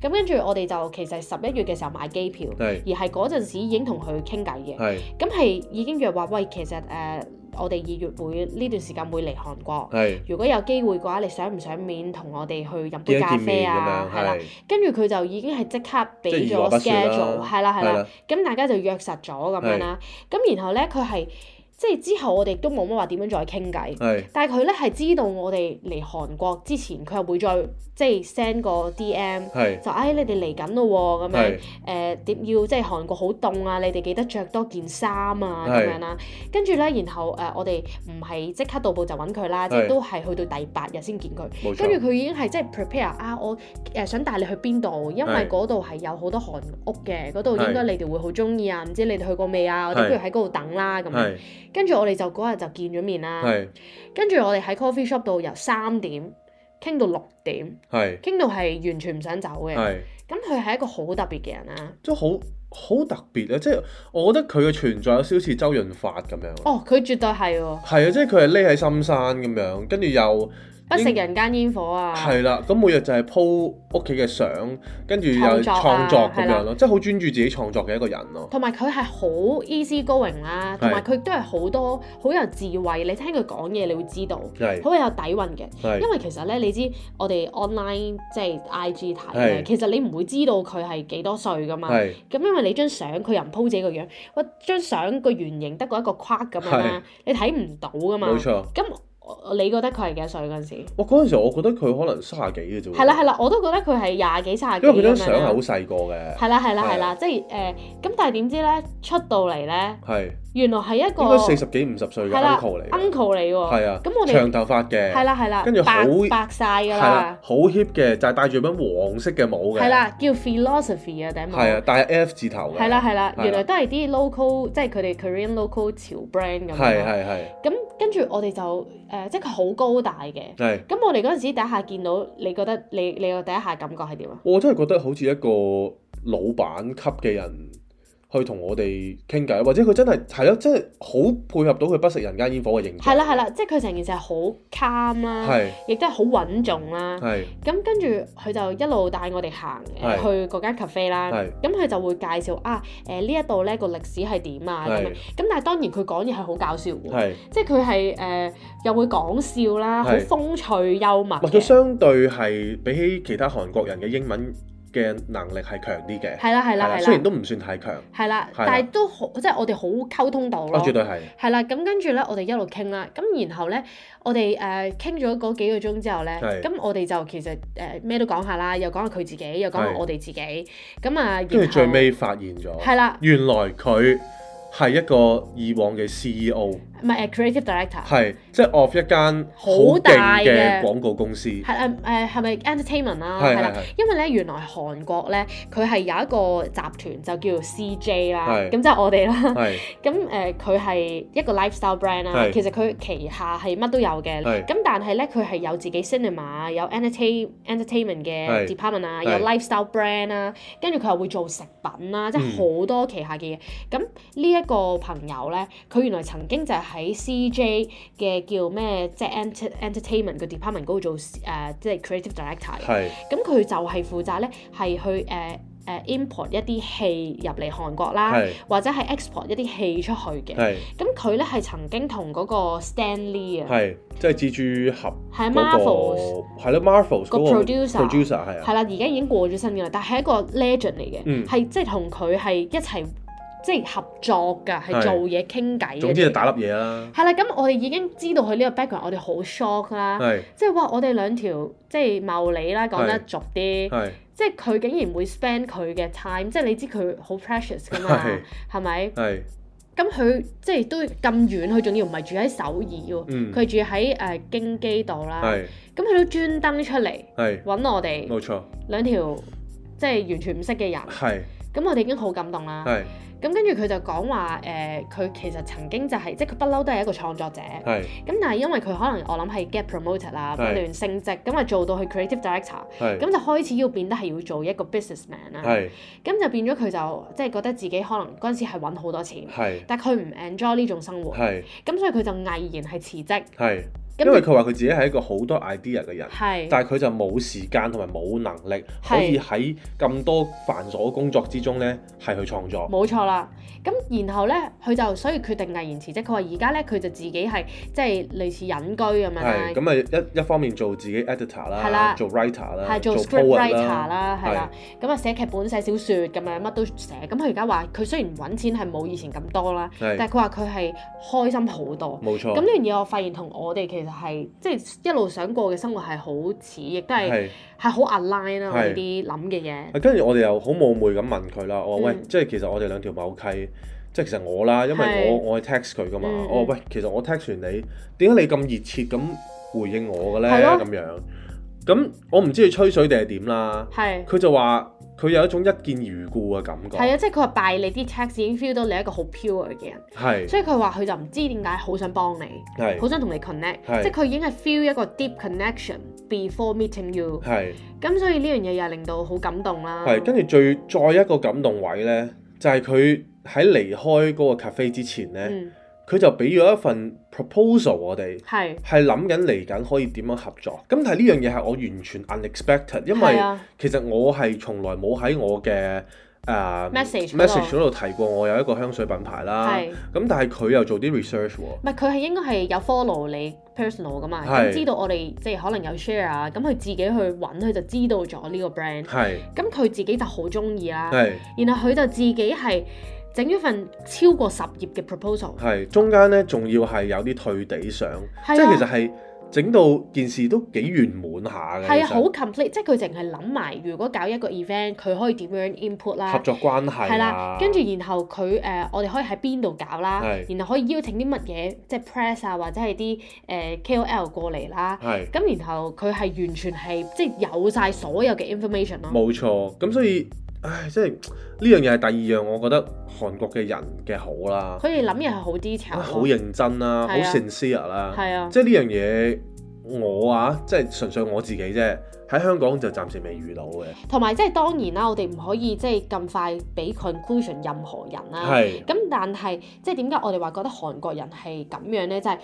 Speaker 4: 係。
Speaker 3: 咁跟住我哋就其實十一月嘅時候買機票，而
Speaker 4: 係
Speaker 3: 係嗰陣時已經同佢傾偈嘅。
Speaker 4: 係
Speaker 3: 咁係已經約話，喂，其實誒、呃我哋二月會呢段時間會嚟韓國。
Speaker 4: 係
Speaker 3: 如果有機會嘅話，你想唔想面同我哋去
Speaker 4: 見
Speaker 3: 飲杯
Speaker 4: 一
Speaker 3: 咖
Speaker 4: 見
Speaker 3: 啡
Speaker 4: 面咁
Speaker 3: 啊？
Speaker 4: 樣
Speaker 3: 係啦，
Speaker 4: 係。
Speaker 3: 跟住佢就已經係即刻俾
Speaker 4: 即係二話
Speaker 3: 咗
Speaker 4: 不說啦
Speaker 3: schedule，係啦係
Speaker 4: 係
Speaker 3: 啦
Speaker 4: 啦。
Speaker 3: 咁大家就約實咗咁樣啦。咁然後咧，佢係即係之後我哋都冇乜話點樣再傾偈。
Speaker 4: 係
Speaker 3: 但係佢咧係知道我哋嚟韓國之前，佢又會再即係 send 個 DM，
Speaker 4: 係
Speaker 3: 就唉、你哋嚟緊咯喎咁樣。
Speaker 4: 係
Speaker 3: 誒點要即係韓國好凍啊！你哋記得着多件衫啊
Speaker 4: 係
Speaker 3: 咁樣啦。跟住咧，然後誒、呃我哋唔係即刻到步就揾佢啦，即
Speaker 4: 係
Speaker 3: 係都係去到第八日先見佢。
Speaker 4: 冇
Speaker 3: 跟
Speaker 4: 錯，
Speaker 3: 住佢已經係即係 prepare 啊！我誒、呃想帶你去邊度，因為
Speaker 4: 係
Speaker 3: 嗰度係有好多韓屋嘅，嗰度
Speaker 4: 係
Speaker 3: 應該你哋會好中意啊！唔知你哋去過未啊？我
Speaker 4: 係
Speaker 3: 哋不如喺嗰度等啦咁樣。
Speaker 4: 係
Speaker 3: 跟住我哋就嗰日就見咗面啦。
Speaker 4: 係
Speaker 3: 跟住我哋喺 coffee shop 度由三點傾到六點，
Speaker 4: 係
Speaker 3: 傾到係完全唔想走嘅。
Speaker 4: 係。
Speaker 3: 咁佢係一個好特別嘅人啊啦、
Speaker 4: 都好好特別啊！即係我覺得佢嘅存在有少少似周潤發咁樣。
Speaker 3: 哦，佢絕對係喎，
Speaker 4: 係啊，即係佢係匿喺深山咁樣，跟住又
Speaker 3: 不食
Speaker 4: 應
Speaker 3: 人間煙火啊！
Speaker 4: 係啦。咁每日就係 po 屋企嘅相，跟住又
Speaker 3: 創作啊
Speaker 4: 創作咁
Speaker 3: 係啦
Speaker 4: 樣咯，即係好專注自己創作嘅一個人咯。
Speaker 3: 同埋佢係好 easy going 啦，同埋佢都係好多好有智慧，你聽佢講嘢，你會知道，
Speaker 4: 係
Speaker 3: 好有底蘊嘅。因
Speaker 4: 係
Speaker 3: 為其實咧，你知我哋 online 即係 IG 睇
Speaker 4: 係
Speaker 3: 咧，其實你唔會知道佢係幾多歲噶嘛。
Speaker 4: 係
Speaker 3: 咁因為你張相佢又唔 po 自己個樣，喂張相個圓形得個一個框咁樣啦，你睇唔到噶嘛。
Speaker 4: 冇錯。
Speaker 3: 咁我你覺得佢係幾多歲嗰陣時？
Speaker 4: 我嗰陣時我覺得佢可能卅幾嘅啫喎。
Speaker 3: 係啦係啦，我都覺得佢係廿幾卅幾
Speaker 4: 因為佢張
Speaker 3: 咁樣
Speaker 4: 相係
Speaker 3: 啦
Speaker 4: 好細個嘅。
Speaker 3: 係啦係啦
Speaker 4: 係啊
Speaker 3: 係啦，即係誒咁，但係點知咧出到嚟咧，
Speaker 4: 係
Speaker 3: 原來係一個
Speaker 4: 應該四十幾五十歲嘅
Speaker 3: 係啦
Speaker 4: uncle 嚟嘅，
Speaker 3: uncle 嚟喎。
Speaker 4: 係啊，
Speaker 3: 咁我
Speaker 4: 長
Speaker 3: 哋
Speaker 4: 頭髮嘅，
Speaker 3: 係啦係啦，
Speaker 4: 跟住好
Speaker 3: 白白晒㗎
Speaker 4: 係
Speaker 3: 啦
Speaker 4: 啦，，好 hip 嘅，就係戴住頂黃色嘅帽嘅，
Speaker 3: 係啦，叫 philosophy 啊頂帽。
Speaker 4: 係啊，但係 F 字頭嘅，
Speaker 3: 係啦係啦，
Speaker 4: 係
Speaker 3: 原來都係啲 local，即係佢哋 Korean local 潮 brand 咁
Speaker 4: 係
Speaker 3: 樣啦。
Speaker 4: 係係
Speaker 3: 咁跟住我哋就誒、呃即係佢好高大嘅。
Speaker 4: 係，
Speaker 3: 咁我哋嗰陣時第一下見到，你覺得你你個第一下感覺係點啊？
Speaker 4: 我真係覺得好似一個老闆級嘅人去同我哋傾偈，或者佢真係係咯，真係好配合到佢不食人間煙火嘅形象，
Speaker 3: 係啦係啦，即係佢成件事係好 calm 啦，
Speaker 4: 係
Speaker 3: 亦都係好穩重啦。
Speaker 4: 係
Speaker 3: 咁跟住佢就一路帶我哋行誒
Speaker 4: 係
Speaker 3: 去嗰間 cafe 啦
Speaker 4: 係，
Speaker 3: 咁佢就會介紹啊誒呢一度咧個歷史係點啊咁樣，
Speaker 4: 係
Speaker 3: 咁但係當然佢講嘢係好搞笑嘅，
Speaker 4: 係。
Speaker 3: 即係佢係誒又會講笑啦，好
Speaker 4: 係
Speaker 3: 風趣幽默
Speaker 4: 唔係佢
Speaker 3: 嘅，
Speaker 4: 相對係比起其他韓國人嘅英文嘅能力係強啲嘅，
Speaker 3: 係啦係啦
Speaker 4: 係啦雖
Speaker 3: 係
Speaker 4: 然
Speaker 3: 啦，
Speaker 4: 都唔算太強，
Speaker 3: 係啦，
Speaker 4: 係啦
Speaker 3: 但係都好即係我哋好溝通到
Speaker 4: 啊
Speaker 3: 咯。
Speaker 4: 絕對係，
Speaker 3: 係啦，咁跟住咧，我哋一路傾啦，咁然後咧，我哋誒傾咗嗰幾個鐘之後咧，
Speaker 4: 係
Speaker 3: 咁我哋就其實誒咩、都講下啦，又講下佢自己，又講下
Speaker 4: 係
Speaker 3: 我哋自己，咁啊，
Speaker 4: 跟住
Speaker 3: 然後
Speaker 4: 最尾發現咗，
Speaker 3: 係啦，
Speaker 4: 原來佢係一個以往嘅 CEO，
Speaker 3: 唔係誒呃 creative director，
Speaker 4: 係即係 of 一間好
Speaker 3: 好大
Speaker 4: 勁
Speaker 3: 嘅
Speaker 4: 嘅廣告公司，
Speaker 3: 係誒誒係咪 entertainment 啦？
Speaker 4: 係
Speaker 3: 係啦
Speaker 4: 係係，
Speaker 3: 因為咧原來韓國咧佢係有一個集團就叫 CJ 啦，
Speaker 4: 係
Speaker 3: 咁即係我哋啦。
Speaker 4: 係
Speaker 3: 咁誒佢係一個 lifestyle brand 啦，
Speaker 4: 係
Speaker 3: 其實佢旗下係乜都有嘅，
Speaker 4: 係
Speaker 3: 咁但係咧佢係有自己 cinema、有 entertain entertainment 嘅
Speaker 4: 係
Speaker 3: department 啊，有
Speaker 4: 係
Speaker 3: lifestyle brand 啦，跟住佢又會做食品啦，即
Speaker 4: 嗯
Speaker 3: 係好多旗下嘅嘢。咁呢一個朋友咧，佢原來曾經就係喺 CJ 嘅叫咩即係 enter entertainment 嘅 department 嗰度做誒、呃即係 creative director 嘅。
Speaker 4: 係
Speaker 3: 咁佢就係負責咧係去誒誒、呃 import 一啲戲入嚟韓國啦。
Speaker 4: 係
Speaker 3: 或者係 export 一啲戲出去嘅。
Speaker 4: 係
Speaker 3: 咁佢咧係曾經同嗰個 Stan Lee 啊，
Speaker 4: 係，即係蜘蛛俠嗰
Speaker 3: 係 Marvel
Speaker 4: 個係咯 Marvel
Speaker 3: 個
Speaker 4: 嗰個
Speaker 3: producer
Speaker 4: producer 係啊，
Speaker 3: 係啦，而家已經過咗身㗎啦，但係一個 legend 嚟嘅，
Speaker 4: 嗯
Speaker 3: 係即係同佢係一齊即係合作㗎，係
Speaker 4: 係
Speaker 3: 做嘢傾偈嘅。
Speaker 4: 總之就打粒嘢啦，
Speaker 3: 係啦，咁我哋已經知道佢呢個 background，我哋好 shock 啦，
Speaker 4: 係
Speaker 3: 即係哇！我哋兩條即係茂利啦，講得
Speaker 4: 係
Speaker 3: 俗啲，
Speaker 4: 係
Speaker 3: 即係佢竟然會 spend 佢嘅 time，即係你知佢好 precious 㗎嘛
Speaker 4: 係，
Speaker 3: 係咪？
Speaker 4: 係
Speaker 3: 咁佢即係都咁遠，佢仲要唔係住喺首爾喎，
Speaker 4: 嗯
Speaker 3: 佢住喺誒京畿道啦。
Speaker 4: 係
Speaker 3: 咁佢都專登出嚟
Speaker 4: 係
Speaker 3: 揾我哋
Speaker 4: 冇錯，
Speaker 3: 兩條即係完全唔識嘅人，
Speaker 4: 係
Speaker 3: 咁我哋已經好感動啦。
Speaker 4: 係
Speaker 3: 咁跟住佢就講話誒，佢、其實曾經就係、即係佢不嬲都係一個創作者，咁
Speaker 4: 係
Speaker 3: 但係因為佢可能我諗係 get promoted 啦，不
Speaker 4: 係
Speaker 3: 斷升職，咁啊做到去 creative director，咁啊
Speaker 4: 係
Speaker 3: 就開始要變得係要做一個 businessman 啦。
Speaker 4: 係
Speaker 3: 咁就變咗佢就即係覺得自己可能嗰陣時係揾好多錢，
Speaker 4: 係
Speaker 3: 但係佢唔 enjoy 呢種生活。
Speaker 4: 係。
Speaker 3: 咁所以佢就毅然係辭職。
Speaker 4: 係，
Speaker 3: 咁
Speaker 4: 因為佢話佢自己係一個好多 idea 嘅人，
Speaker 3: 係
Speaker 4: 但係佢就冇時間同埋冇能力，
Speaker 3: 係
Speaker 4: 可以喺咁多繁瑣嘅工作之中呢係去創作。
Speaker 3: 冇錯啦。咁然後呢，佢就所以決定毅然辭職。佢話而家呢，佢就自己係即係類似隱居咁樣
Speaker 4: 係
Speaker 3: 啦，
Speaker 4: 咁啊，一一方面做自己 editor
Speaker 3: 係啦
Speaker 4: 啦，做 writer 啦，
Speaker 3: 係做 script
Speaker 4: 啊 poet
Speaker 3: writer 啦，係啦。咁啊寫劇本、寫小説咁樣乜都寫。咁佢而家話佢雖然揾錢係冇以前咁多啦，
Speaker 4: 係
Speaker 3: 但係佢話佢係開心好多。
Speaker 4: 冇
Speaker 3: 咁
Speaker 4: 錯
Speaker 3: 呢，樣嘢我發現同我哋其實係即係一路想過嘅生活係好似，亦都係
Speaker 4: 係。
Speaker 3: 係好 align 啊啦。我
Speaker 4: 係
Speaker 3: 哋啲諗嘅嘢
Speaker 4: 啊跟住我哋又好冒昧咁問佢啦，我話喂
Speaker 3: 嗯，
Speaker 4: 即係其實我哋兩條某契，即係其實我啦，因為
Speaker 3: 係
Speaker 4: 我我係 text 佢噶嘛
Speaker 3: 嗯嗯，
Speaker 4: 我話喂，其實我 text 完你，點解你咁熱切咁回應我嘅咧？
Speaker 3: 係咯
Speaker 4: 咁樣，咁我唔知佢吹水定係點啦。
Speaker 3: 係。
Speaker 4: 佢就話佢有一種一見如故嘅感覺，
Speaker 3: 係啊，即係佢話拜你啲 text 已經 feel 到你係一個好 pure 嘅人，
Speaker 4: 係
Speaker 3: 所以佢話佢就唔知點解好想幫你，好
Speaker 4: 係
Speaker 3: 想同你 connect，
Speaker 4: 係
Speaker 3: 即係佢已經係 feel 一個 deep connection before meeting you，
Speaker 4: 係
Speaker 3: 咁所以呢樣嘢又係令到好感動啦。
Speaker 4: 係，跟住最再一個感動位呢，就係佢喺離開嗰個 cafe 之前呢，
Speaker 3: 嗯，
Speaker 4: 佢就俾咗一份 proposal 我哋。
Speaker 3: 係
Speaker 4: 係諗緊嚟緊可以點樣合作，咁但係呢樣嘢係我完全 unexpected，因
Speaker 3: 係
Speaker 4: 為
Speaker 3: 啊
Speaker 4: 其實我係從來冇喺我嘅誒
Speaker 3: Message 嗰度
Speaker 4: message 嗰度提過我有一個香水品牌啦，
Speaker 3: 係，
Speaker 4: 咁但係佢又做啲 research 喎，
Speaker 3: 唔係佢係應該係有 follow 你 personal 噶嘛，咁
Speaker 4: 係
Speaker 3: 知道我哋即係可能有 share 啊，咁佢自己去揾佢就知道咗呢個 brand，
Speaker 4: 係
Speaker 3: 咁佢自己就好中意啦，
Speaker 4: 係
Speaker 3: 然後佢就自己係整咗份超過十頁嘅 proposal，
Speaker 4: 係，中間呢仲要係有啲退地相，
Speaker 3: 係啊
Speaker 4: 即係其實係整到件事都幾圓滿下嘅。
Speaker 3: 係
Speaker 4: 其實
Speaker 3: 啊，好 complete，即係佢淨係諗埋，如果搞一個 event，佢可以點樣 input 啦，
Speaker 4: 合作關係
Speaker 3: 係啦
Speaker 4: 啊，
Speaker 3: 跟住然後佢誒、呃我哋可以喺邊度搞啦，
Speaker 4: 係
Speaker 3: 然後可以邀請啲乜嘢，即係 press 啊，或者係啲呃誒 KOL 過嚟啦。
Speaker 4: 係
Speaker 3: 咁然後佢係完全係即係有晒所有嘅 information 咯。
Speaker 4: 冇錯，咁所以，唉，即係呢樣嘢係第二樣，我覺得韓國嘅人嘅好啦，
Speaker 3: 佢哋諗嘢係好
Speaker 4: 啊
Speaker 3: detail，咯
Speaker 4: 好認真啦，好
Speaker 3: 係啊
Speaker 4: sincere 啦，
Speaker 3: 係啊，
Speaker 4: 即係呢樣嘢我啊，即係純粹我自己啫，喺香港就暫時未遇到嘅，
Speaker 3: 同埋即係當然啦，我哋唔可以即係咁快俾 conclusion 任何人啦。
Speaker 4: 係
Speaker 3: 咁但係即係點解我哋話覺得韓國人係咁樣呢？就係、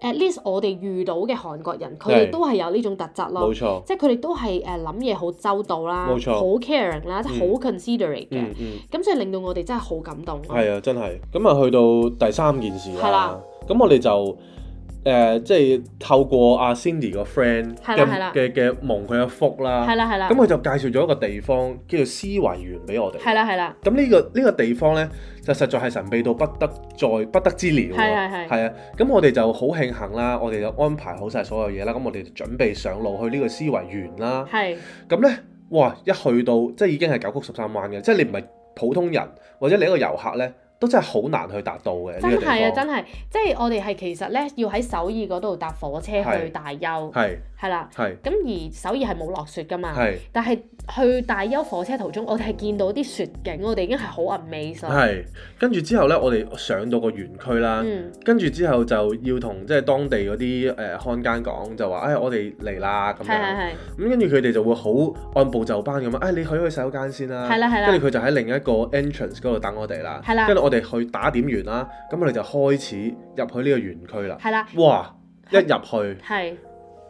Speaker 3: at least 我哋遇到嘅韓國人，佢
Speaker 4: 係
Speaker 3: 哋都係有呢種特質咯
Speaker 4: 冇。錯，
Speaker 3: 即係佢哋都係誒諗嘢好周到啦，好
Speaker 4: 冇錯
Speaker 3: caring 啦，即係好 considerate 嘅
Speaker 4: 嗯。嗯，
Speaker 3: 咁所以令到我哋真係好感動咯。
Speaker 4: 係啊，真係。咁啊，去到第三件事
Speaker 3: 係
Speaker 4: 啦
Speaker 3: 啦，
Speaker 4: 咁我哋就。誒、即係透過阿 Cindy 個 friend
Speaker 3: 係
Speaker 4: 嘅
Speaker 3: 啦係啦
Speaker 4: 嘅嘅蒙佢嘅福啦，
Speaker 3: 係啦係啦
Speaker 4: 咁，佢就介紹咗一個地方叫做思維園俾我哋。
Speaker 3: 係啦係啦，
Speaker 4: 咁呢、個呢、個地方呢，就實在係神秘到不得再不得之了喎。
Speaker 3: 係係係
Speaker 4: 係啊，咁我哋就好慶幸啦，我哋就安排好晒所有嘢啦，咁我哋就準備上路去呢個思維園啦。
Speaker 3: 係
Speaker 4: 咁呢，哇！一去到即係已經係九曲十三彎嘅，即係你唔係普通人或者你一個遊客呢，都真係好難去達到嘅呢個
Speaker 3: 真
Speaker 4: 地
Speaker 3: 係啊
Speaker 4: 方。
Speaker 3: 真係，即係我哋係其實咧要喺首爾嗰度搭火車去
Speaker 4: 係
Speaker 3: 大邱，
Speaker 4: 係
Speaker 3: 係啦。
Speaker 4: 係
Speaker 3: 咁而首爾係冇落雪㗎嘛，
Speaker 4: 係
Speaker 3: 但係去大邱火車途中，我哋係見到啲雪景，我哋已經係好 amazed 啦。
Speaker 4: 係。跟住之後呢，我哋上到個園區啦。
Speaker 3: 嗯，
Speaker 4: 跟住之後就要同即係當地嗰啲誒看更講，就話：誒、哎我哋嚟啦咁
Speaker 3: 係係
Speaker 4: 樣。
Speaker 3: 係，
Speaker 4: 咁跟住佢哋就會好按部就班咁樣，誒、你去去洗手間先啦。
Speaker 3: 係啦係啦
Speaker 4: 跟住佢就喺另一個 entrance 嗰度等我哋啦。
Speaker 3: 係啦
Speaker 4: 跟住我哋去打點完啦，咁我哋就開始入去呢個園區啦。
Speaker 3: 係啦，
Speaker 4: 哇！一入去
Speaker 3: 係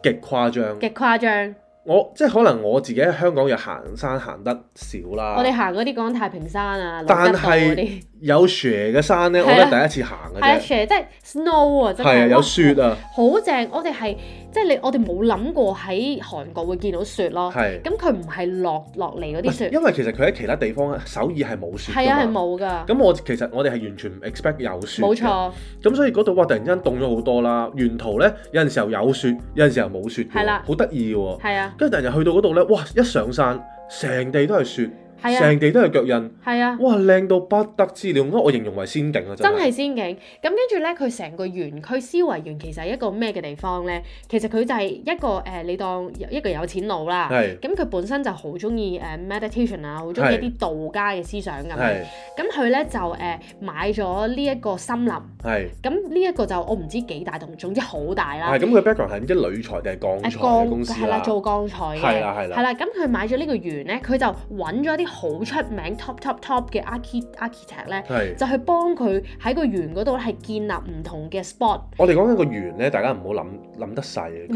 Speaker 4: 極誇張，
Speaker 3: 極誇張。
Speaker 4: 我即係可能我自己喺香港又行山行得少啦。
Speaker 3: 我哋行嗰啲講太平山啊、龍
Speaker 4: 啊但
Speaker 3: 吉道嗰
Speaker 4: 係
Speaker 3: 啲，
Speaker 4: 有雪嘅山呢，我
Speaker 3: 係啊
Speaker 4: 覺得第一次行嘅
Speaker 3: 係啊，
Speaker 4: 啫，
Speaker 3: 全即係 snow 啊，真
Speaker 4: 係啊，
Speaker 3: 係
Speaker 4: 有
Speaker 3: 哇
Speaker 4: 雪啊，
Speaker 3: 好正！我哋係即係你，我哋冇諗過喺韓國會見到雪咯。
Speaker 4: 係。
Speaker 3: 咁佢唔係落落嚟嗰
Speaker 4: 唔
Speaker 3: 啲
Speaker 4: 係
Speaker 3: 雪，
Speaker 4: 因為其實佢喺其他地方首爾係冇雪㗎
Speaker 3: 係啊係
Speaker 4: 嘛。
Speaker 3: 冇㗎，
Speaker 4: 咁我其實我哋係完全唔 expect 有雪嘅
Speaker 3: 冇。錯，
Speaker 4: 咁所以嗰度哇，突然之間凍咗好多啦。沿途呢，有陣時候有雪，有陣時候冇雪嘅
Speaker 3: 係啦
Speaker 4: 喎，好得意喎。
Speaker 3: 係啊
Speaker 4: 跟住突然間去到嗰度呢，哇！一上山，成地都係雪，
Speaker 3: 係啊
Speaker 4: 成地都係腳印，
Speaker 3: 係啊。
Speaker 4: 哇！靚到不得之了，我形容為仙境啊，真
Speaker 3: 真係
Speaker 4: 係。
Speaker 3: 仙境，咁跟住咧，佢成個園區思維園其實係一個咩嘅地方咧？其實佢就係一個誒、呃你當一個有錢佬啦。
Speaker 4: 係
Speaker 3: 咁佢本身就好中意誒 meditation 啊，好中意一
Speaker 4: 係
Speaker 3: 啲道家嘅思想咁樣。
Speaker 4: 係
Speaker 3: 咁佢咧就誒、呃、買咗呢一個森林，
Speaker 4: 係
Speaker 3: 咁呢一個就我唔知幾大棟，總之好大啦。呃
Speaker 4: 係咁，佢 background 係唔知鋁材定係鋼材嘅公司
Speaker 3: 啊係啦，
Speaker 4: 啦。
Speaker 3: 做鋼材嘅，
Speaker 4: 係啦係啦
Speaker 3: 係啦。咁佢買咗呢個園咧，佢就揾咗啲好出名 top top top 嘅 archi architect 咧，
Speaker 4: 係。
Speaker 3: 就去幫佢喺個園嗰度咧係建立唔同嘅 spot，
Speaker 4: 我哋講緊個園呢，大家唔好諗諗得細啊，
Speaker 3: 唔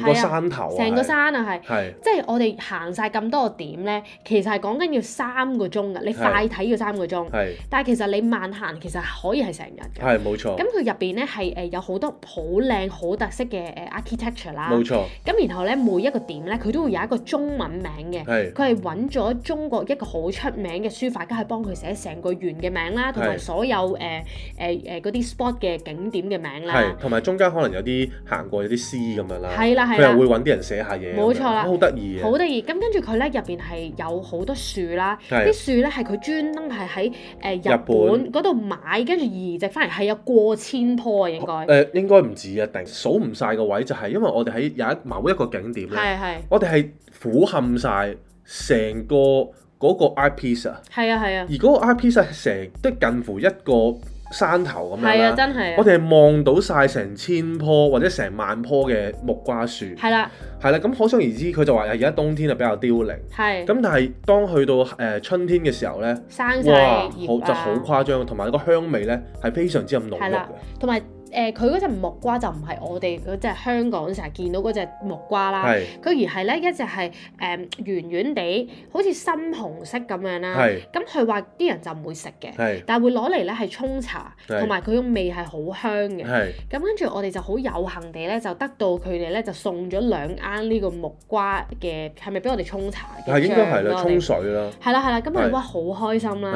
Speaker 4: 佢成
Speaker 3: 喎
Speaker 4: 個
Speaker 3: 係啊
Speaker 4: 山頭啊，
Speaker 3: 成個
Speaker 4: 係
Speaker 3: 山啊係。
Speaker 4: 係
Speaker 3: 即係我哋行晒咁多個點咧，其實係講緊要三個鐘㗎，你
Speaker 4: 係
Speaker 3: 快睇要三個鐘，
Speaker 4: 係
Speaker 3: 但係其實你慢行其實可以係成日嘅。
Speaker 4: 係冇錯
Speaker 3: 咁，佢入邊咧係誒有好多好靚好特色嘅誒 architecture 啦，
Speaker 4: 冇錯
Speaker 3: 咁然後咧每一個點咧佢都會有一個中文名嘅，
Speaker 4: 係
Speaker 3: 佢係揾咗中國一個好出名嘅書法家去幫佢寫成個園嘅名啦，同埋
Speaker 4: 係
Speaker 3: 所有誒誒誒嗰啲 spot 嘅景點嘅名啦
Speaker 4: 係，，同埋中間可能有啲行過有啲詩咁樣啦。
Speaker 3: 係啦啊
Speaker 4: 佢
Speaker 3: 係
Speaker 4: 又
Speaker 3: 啦
Speaker 4: 會。揾啲人寫下嘢咁樣，
Speaker 3: 冇錯啦
Speaker 4: 好得意啊
Speaker 3: 好
Speaker 4: 嘅，
Speaker 3: 得意，咁跟住佢咧入邊係有好多樹啦，
Speaker 4: 係
Speaker 3: 啲樹咧係佢專登係喺誒
Speaker 4: 日本
Speaker 3: 日本嗰度買，跟住移植翻嚟係有過千棵啊應該，
Speaker 4: 誒、應該唔止一啊定數唔晒個位，就係因為我哋喺有一某一個景點咧，
Speaker 3: 係係
Speaker 4: 我哋係俯瞰晒成個嗰個 I P S 啊，
Speaker 3: 係啊係啊
Speaker 4: 而，嗰個 I P S 係成都近乎一個山頭咁樣
Speaker 3: 係啊
Speaker 4: 啦。
Speaker 3: 真係
Speaker 4: 我
Speaker 3: 啊，
Speaker 4: 哋係望到晒成千棵或者成萬棵嘅木瓜樹，
Speaker 3: 係啦
Speaker 4: 係啦，咁可想而知，佢就話而家冬天啊比較凋零，
Speaker 3: 係。
Speaker 4: 咁但係當去到誒、呃春天嘅時候呢，
Speaker 3: 生晒
Speaker 4: 哇，
Speaker 3: 葉
Speaker 4: 好就好
Speaker 3: 啊，
Speaker 4: 誇張，同埋個香味呢係非常之咁濃
Speaker 3: 係
Speaker 4: 郁嘅
Speaker 3: 啦，同埋誒佢嗰隻木瓜就唔係我哋嗰只香港成日見到嗰隻木瓜啦，
Speaker 4: 係
Speaker 3: 佢而係咧一隻係誒圓圓地，好似深紅色咁樣啦。
Speaker 4: 係
Speaker 3: 咁佢話啲人就唔會食嘅，
Speaker 4: 係
Speaker 3: 但係會攞嚟咧係沖茶，
Speaker 4: 係
Speaker 3: 同埋佢個味係好香嘅。
Speaker 4: 係
Speaker 3: 咁跟住我哋就好有幸地咧，就得到佢哋咧就送咗兩罌呢個木瓜嘅，係咪俾我哋沖茶嘅？
Speaker 4: 係應該係
Speaker 3: 醬
Speaker 4: 啦，
Speaker 3: 咯
Speaker 4: 沖。水啦，
Speaker 3: 係啦係啦，咁我
Speaker 4: 係
Speaker 3: 哋哇好開心啦！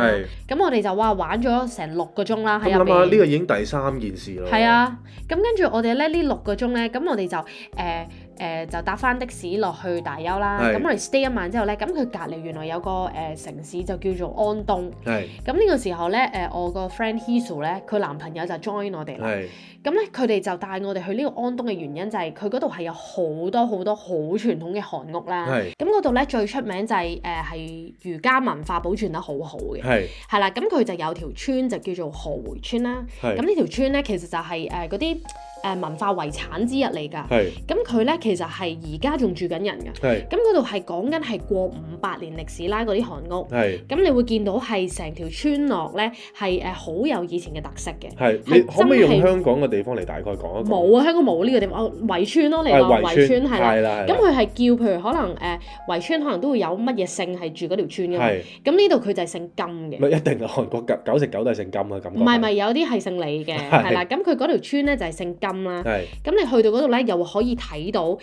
Speaker 4: 係
Speaker 3: 咁我哋就哇玩咗成六個鐘啦
Speaker 4: 咁
Speaker 3: 喺
Speaker 4: 諗
Speaker 3: 入
Speaker 4: 下呢
Speaker 3: 邊。
Speaker 4: 個已經第三件事咯，
Speaker 3: 係係啊，咁跟住我哋咧呢六個鐘咧，咁我哋就誒誒、呃呃就搭翻的士落去大邱啦。
Speaker 4: 係
Speaker 3: 咁我哋 stay 一晚之後咧，咁佢隔離原來有個誒、呃城市就叫做安東。
Speaker 4: 係
Speaker 3: 咁呢個時候咧，誒、我個 friend Hisu 咧，佢男朋友就 join 我哋啦。
Speaker 4: 係
Speaker 3: 咁咧，佢哋就帶我哋去呢個安東嘅原因就係佢嗰度係有好多好多好傳統嘅韓屋啦。
Speaker 4: 係
Speaker 3: 咁嗰度咧最出名就係誒係儒家文化保存得好好嘅。
Speaker 4: 係
Speaker 3: 係啦，咁佢就有條村就叫做河回村啦。
Speaker 4: 係
Speaker 3: 咁呢條村咧其實就係誒嗰啲誒文化遺產之一嚟㗎。
Speaker 4: 係
Speaker 3: 咁佢咧其實係而家仲住緊人㗎。
Speaker 4: 係
Speaker 3: 咁嗰度係講緊係過五百年歷史啦，嗰啲韓屋。
Speaker 4: 係
Speaker 3: 咁你會見到係成條村落咧係誒好有以前嘅特色嘅。
Speaker 4: 係，
Speaker 3: 係
Speaker 4: 你可唔可以
Speaker 3: 真係
Speaker 4: 用香港嘅地方嚟大概講一講？
Speaker 3: 冇啊，香港冇呢個地方，哦圍村咯，你
Speaker 4: 係
Speaker 3: 話圍村係啦。
Speaker 4: 係啦，係
Speaker 3: 咁
Speaker 4: 啦
Speaker 3: 佢係叫譬如可能誒、呃、圍村可能都會有乜嘢姓係住嗰條村㗎嘛。
Speaker 4: 係
Speaker 3: 咁呢度佢就係姓金嘅。
Speaker 4: 咪一定係韓國九九成九都係姓金嘅感覺。
Speaker 3: 唔係唔係，有啲係姓李嘅，
Speaker 4: 係
Speaker 3: 係啦。咁佢嗰條村咧就係姓金啦。
Speaker 4: 係
Speaker 3: 咁你去到嗰度咧，又可以睇到誒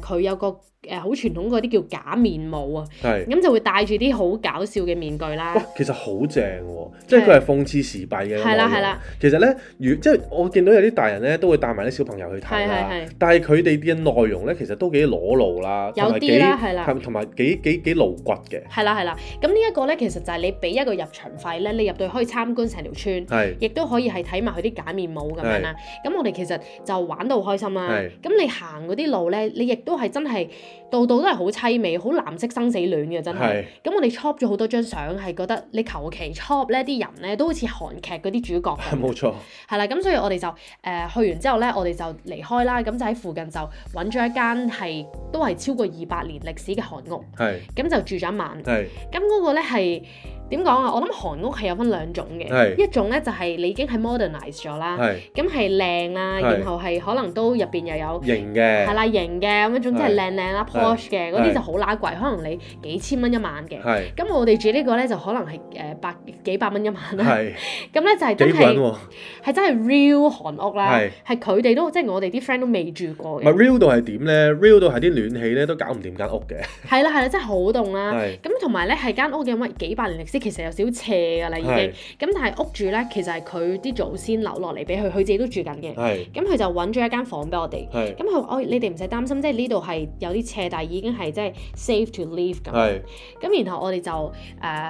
Speaker 3: 佢、有個誒好、傳統嗰啲叫假面舞啊，
Speaker 4: 係。
Speaker 3: 咁就會戴住啲好搞笑嘅面具啦
Speaker 4: 哇。，其實好正喎，即係佢係諷刺時弊嘅。
Speaker 3: 係啦係啦。
Speaker 4: 其實咧，如即係我見到有啲大人咧都會帶埋啲小朋友去睇啦
Speaker 3: 係係係，
Speaker 4: 但係佢哋嘅內容咧其實都幾裸露啦，
Speaker 3: 有
Speaker 4: 同埋
Speaker 3: 啲啦係啦
Speaker 4: 幾同埋幾幾幾露骨嘅，
Speaker 3: 係啦係啦，咁呢一個咧其實就係你俾一個入場費咧，你入到去可以參觀成條村。
Speaker 4: 係
Speaker 3: 亦都可以係睇埋佢啲假面舞咁樣啦，咁我哋其實就玩到開心啦
Speaker 4: 係。
Speaker 3: 咁你行嗰啲路咧，你亦都係真係度度都係好凄美，好藍色生死戀嘅真係
Speaker 4: 係。
Speaker 3: 咁我哋 chop 咗好多張相，係覺得你求其 chop 咧，啲人咧都好似韓劇嗰啲主角 咁，
Speaker 4: 冇錯，
Speaker 3: 係啦。咁所以我哋就誒、呃去完之後咧，我哋就離開啦。咁就喺附近就揾咗一間係都係超過二百年歷史嘅韓屋，
Speaker 4: 係
Speaker 3: 咁就住咗一晚。
Speaker 4: 係
Speaker 3: 咁嗰個咧係點講啊？我諗韓屋係有分兩種嘅，
Speaker 4: 係
Speaker 3: 一種咧就係你已經係 modernize 咗啦，
Speaker 4: 係
Speaker 3: 咁係靚啦，
Speaker 4: 係
Speaker 3: 然後係可能都入邊又有。
Speaker 4: 型
Speaker 3: 係
Speaker 4: 嘅，
Speaker 3: 啦，型嘅咁樣，總之係
Speaker 4: 係
Speaker 3: 靚靚啦
Speaker 4: 係
Speaker 3: ，posh 嘅嗰啲
Speaker 4: 係
Speaker 3: 就好乸貴，可能你幾千蚊一晚嘅。
Speaker 4: 係
Speaker 3: 咁我哋住呢個咧就可能係誒百幾百蚊一晚啦。
Speaker 4: 係
Speaker 3: 咁咧就係
Speaker 4: 幾
Speaker 3: 真
Speaker 4: 個人
Speaker 3: 係
Speaker 4: 喎，
Speaker 3: 係真係 real 韓屋啦
Speaker 4: 係，
Speaker 3: 係佢哋都即係我哋啲 friend 都未住過
Speaker 4: 咪
Speaker 3: 嘅。
Speaker 4: real 到係點咧？real 到係啲暖氣咧都搞唔掂間屋嘅，
Speaker 3: 係啦係啦，真係好凍啦。
Speaker 4: 係
Speaker 3: 咁同埋咧係間屋嘅乜幾百年歷史，其實有少少斜㗎啦已經。
Speaker 4: 係
Speaker 3: 咁但係屋主咧，其實係佢啲祖先留落嚟俾佢，佢自己都住緊嘅。
Speaker 4: 係
Speaker 3: 咁佢就揾咗一間房俾我哋。
Speaker 4: 係
Speaker 3: 咁佢話：哦，你哋唔使擔心，即係呢度係有啲斜，但係已經係即係 safe to live 咁。
Speaker 4: 係
Speaker 3: 咁然後我哋就誒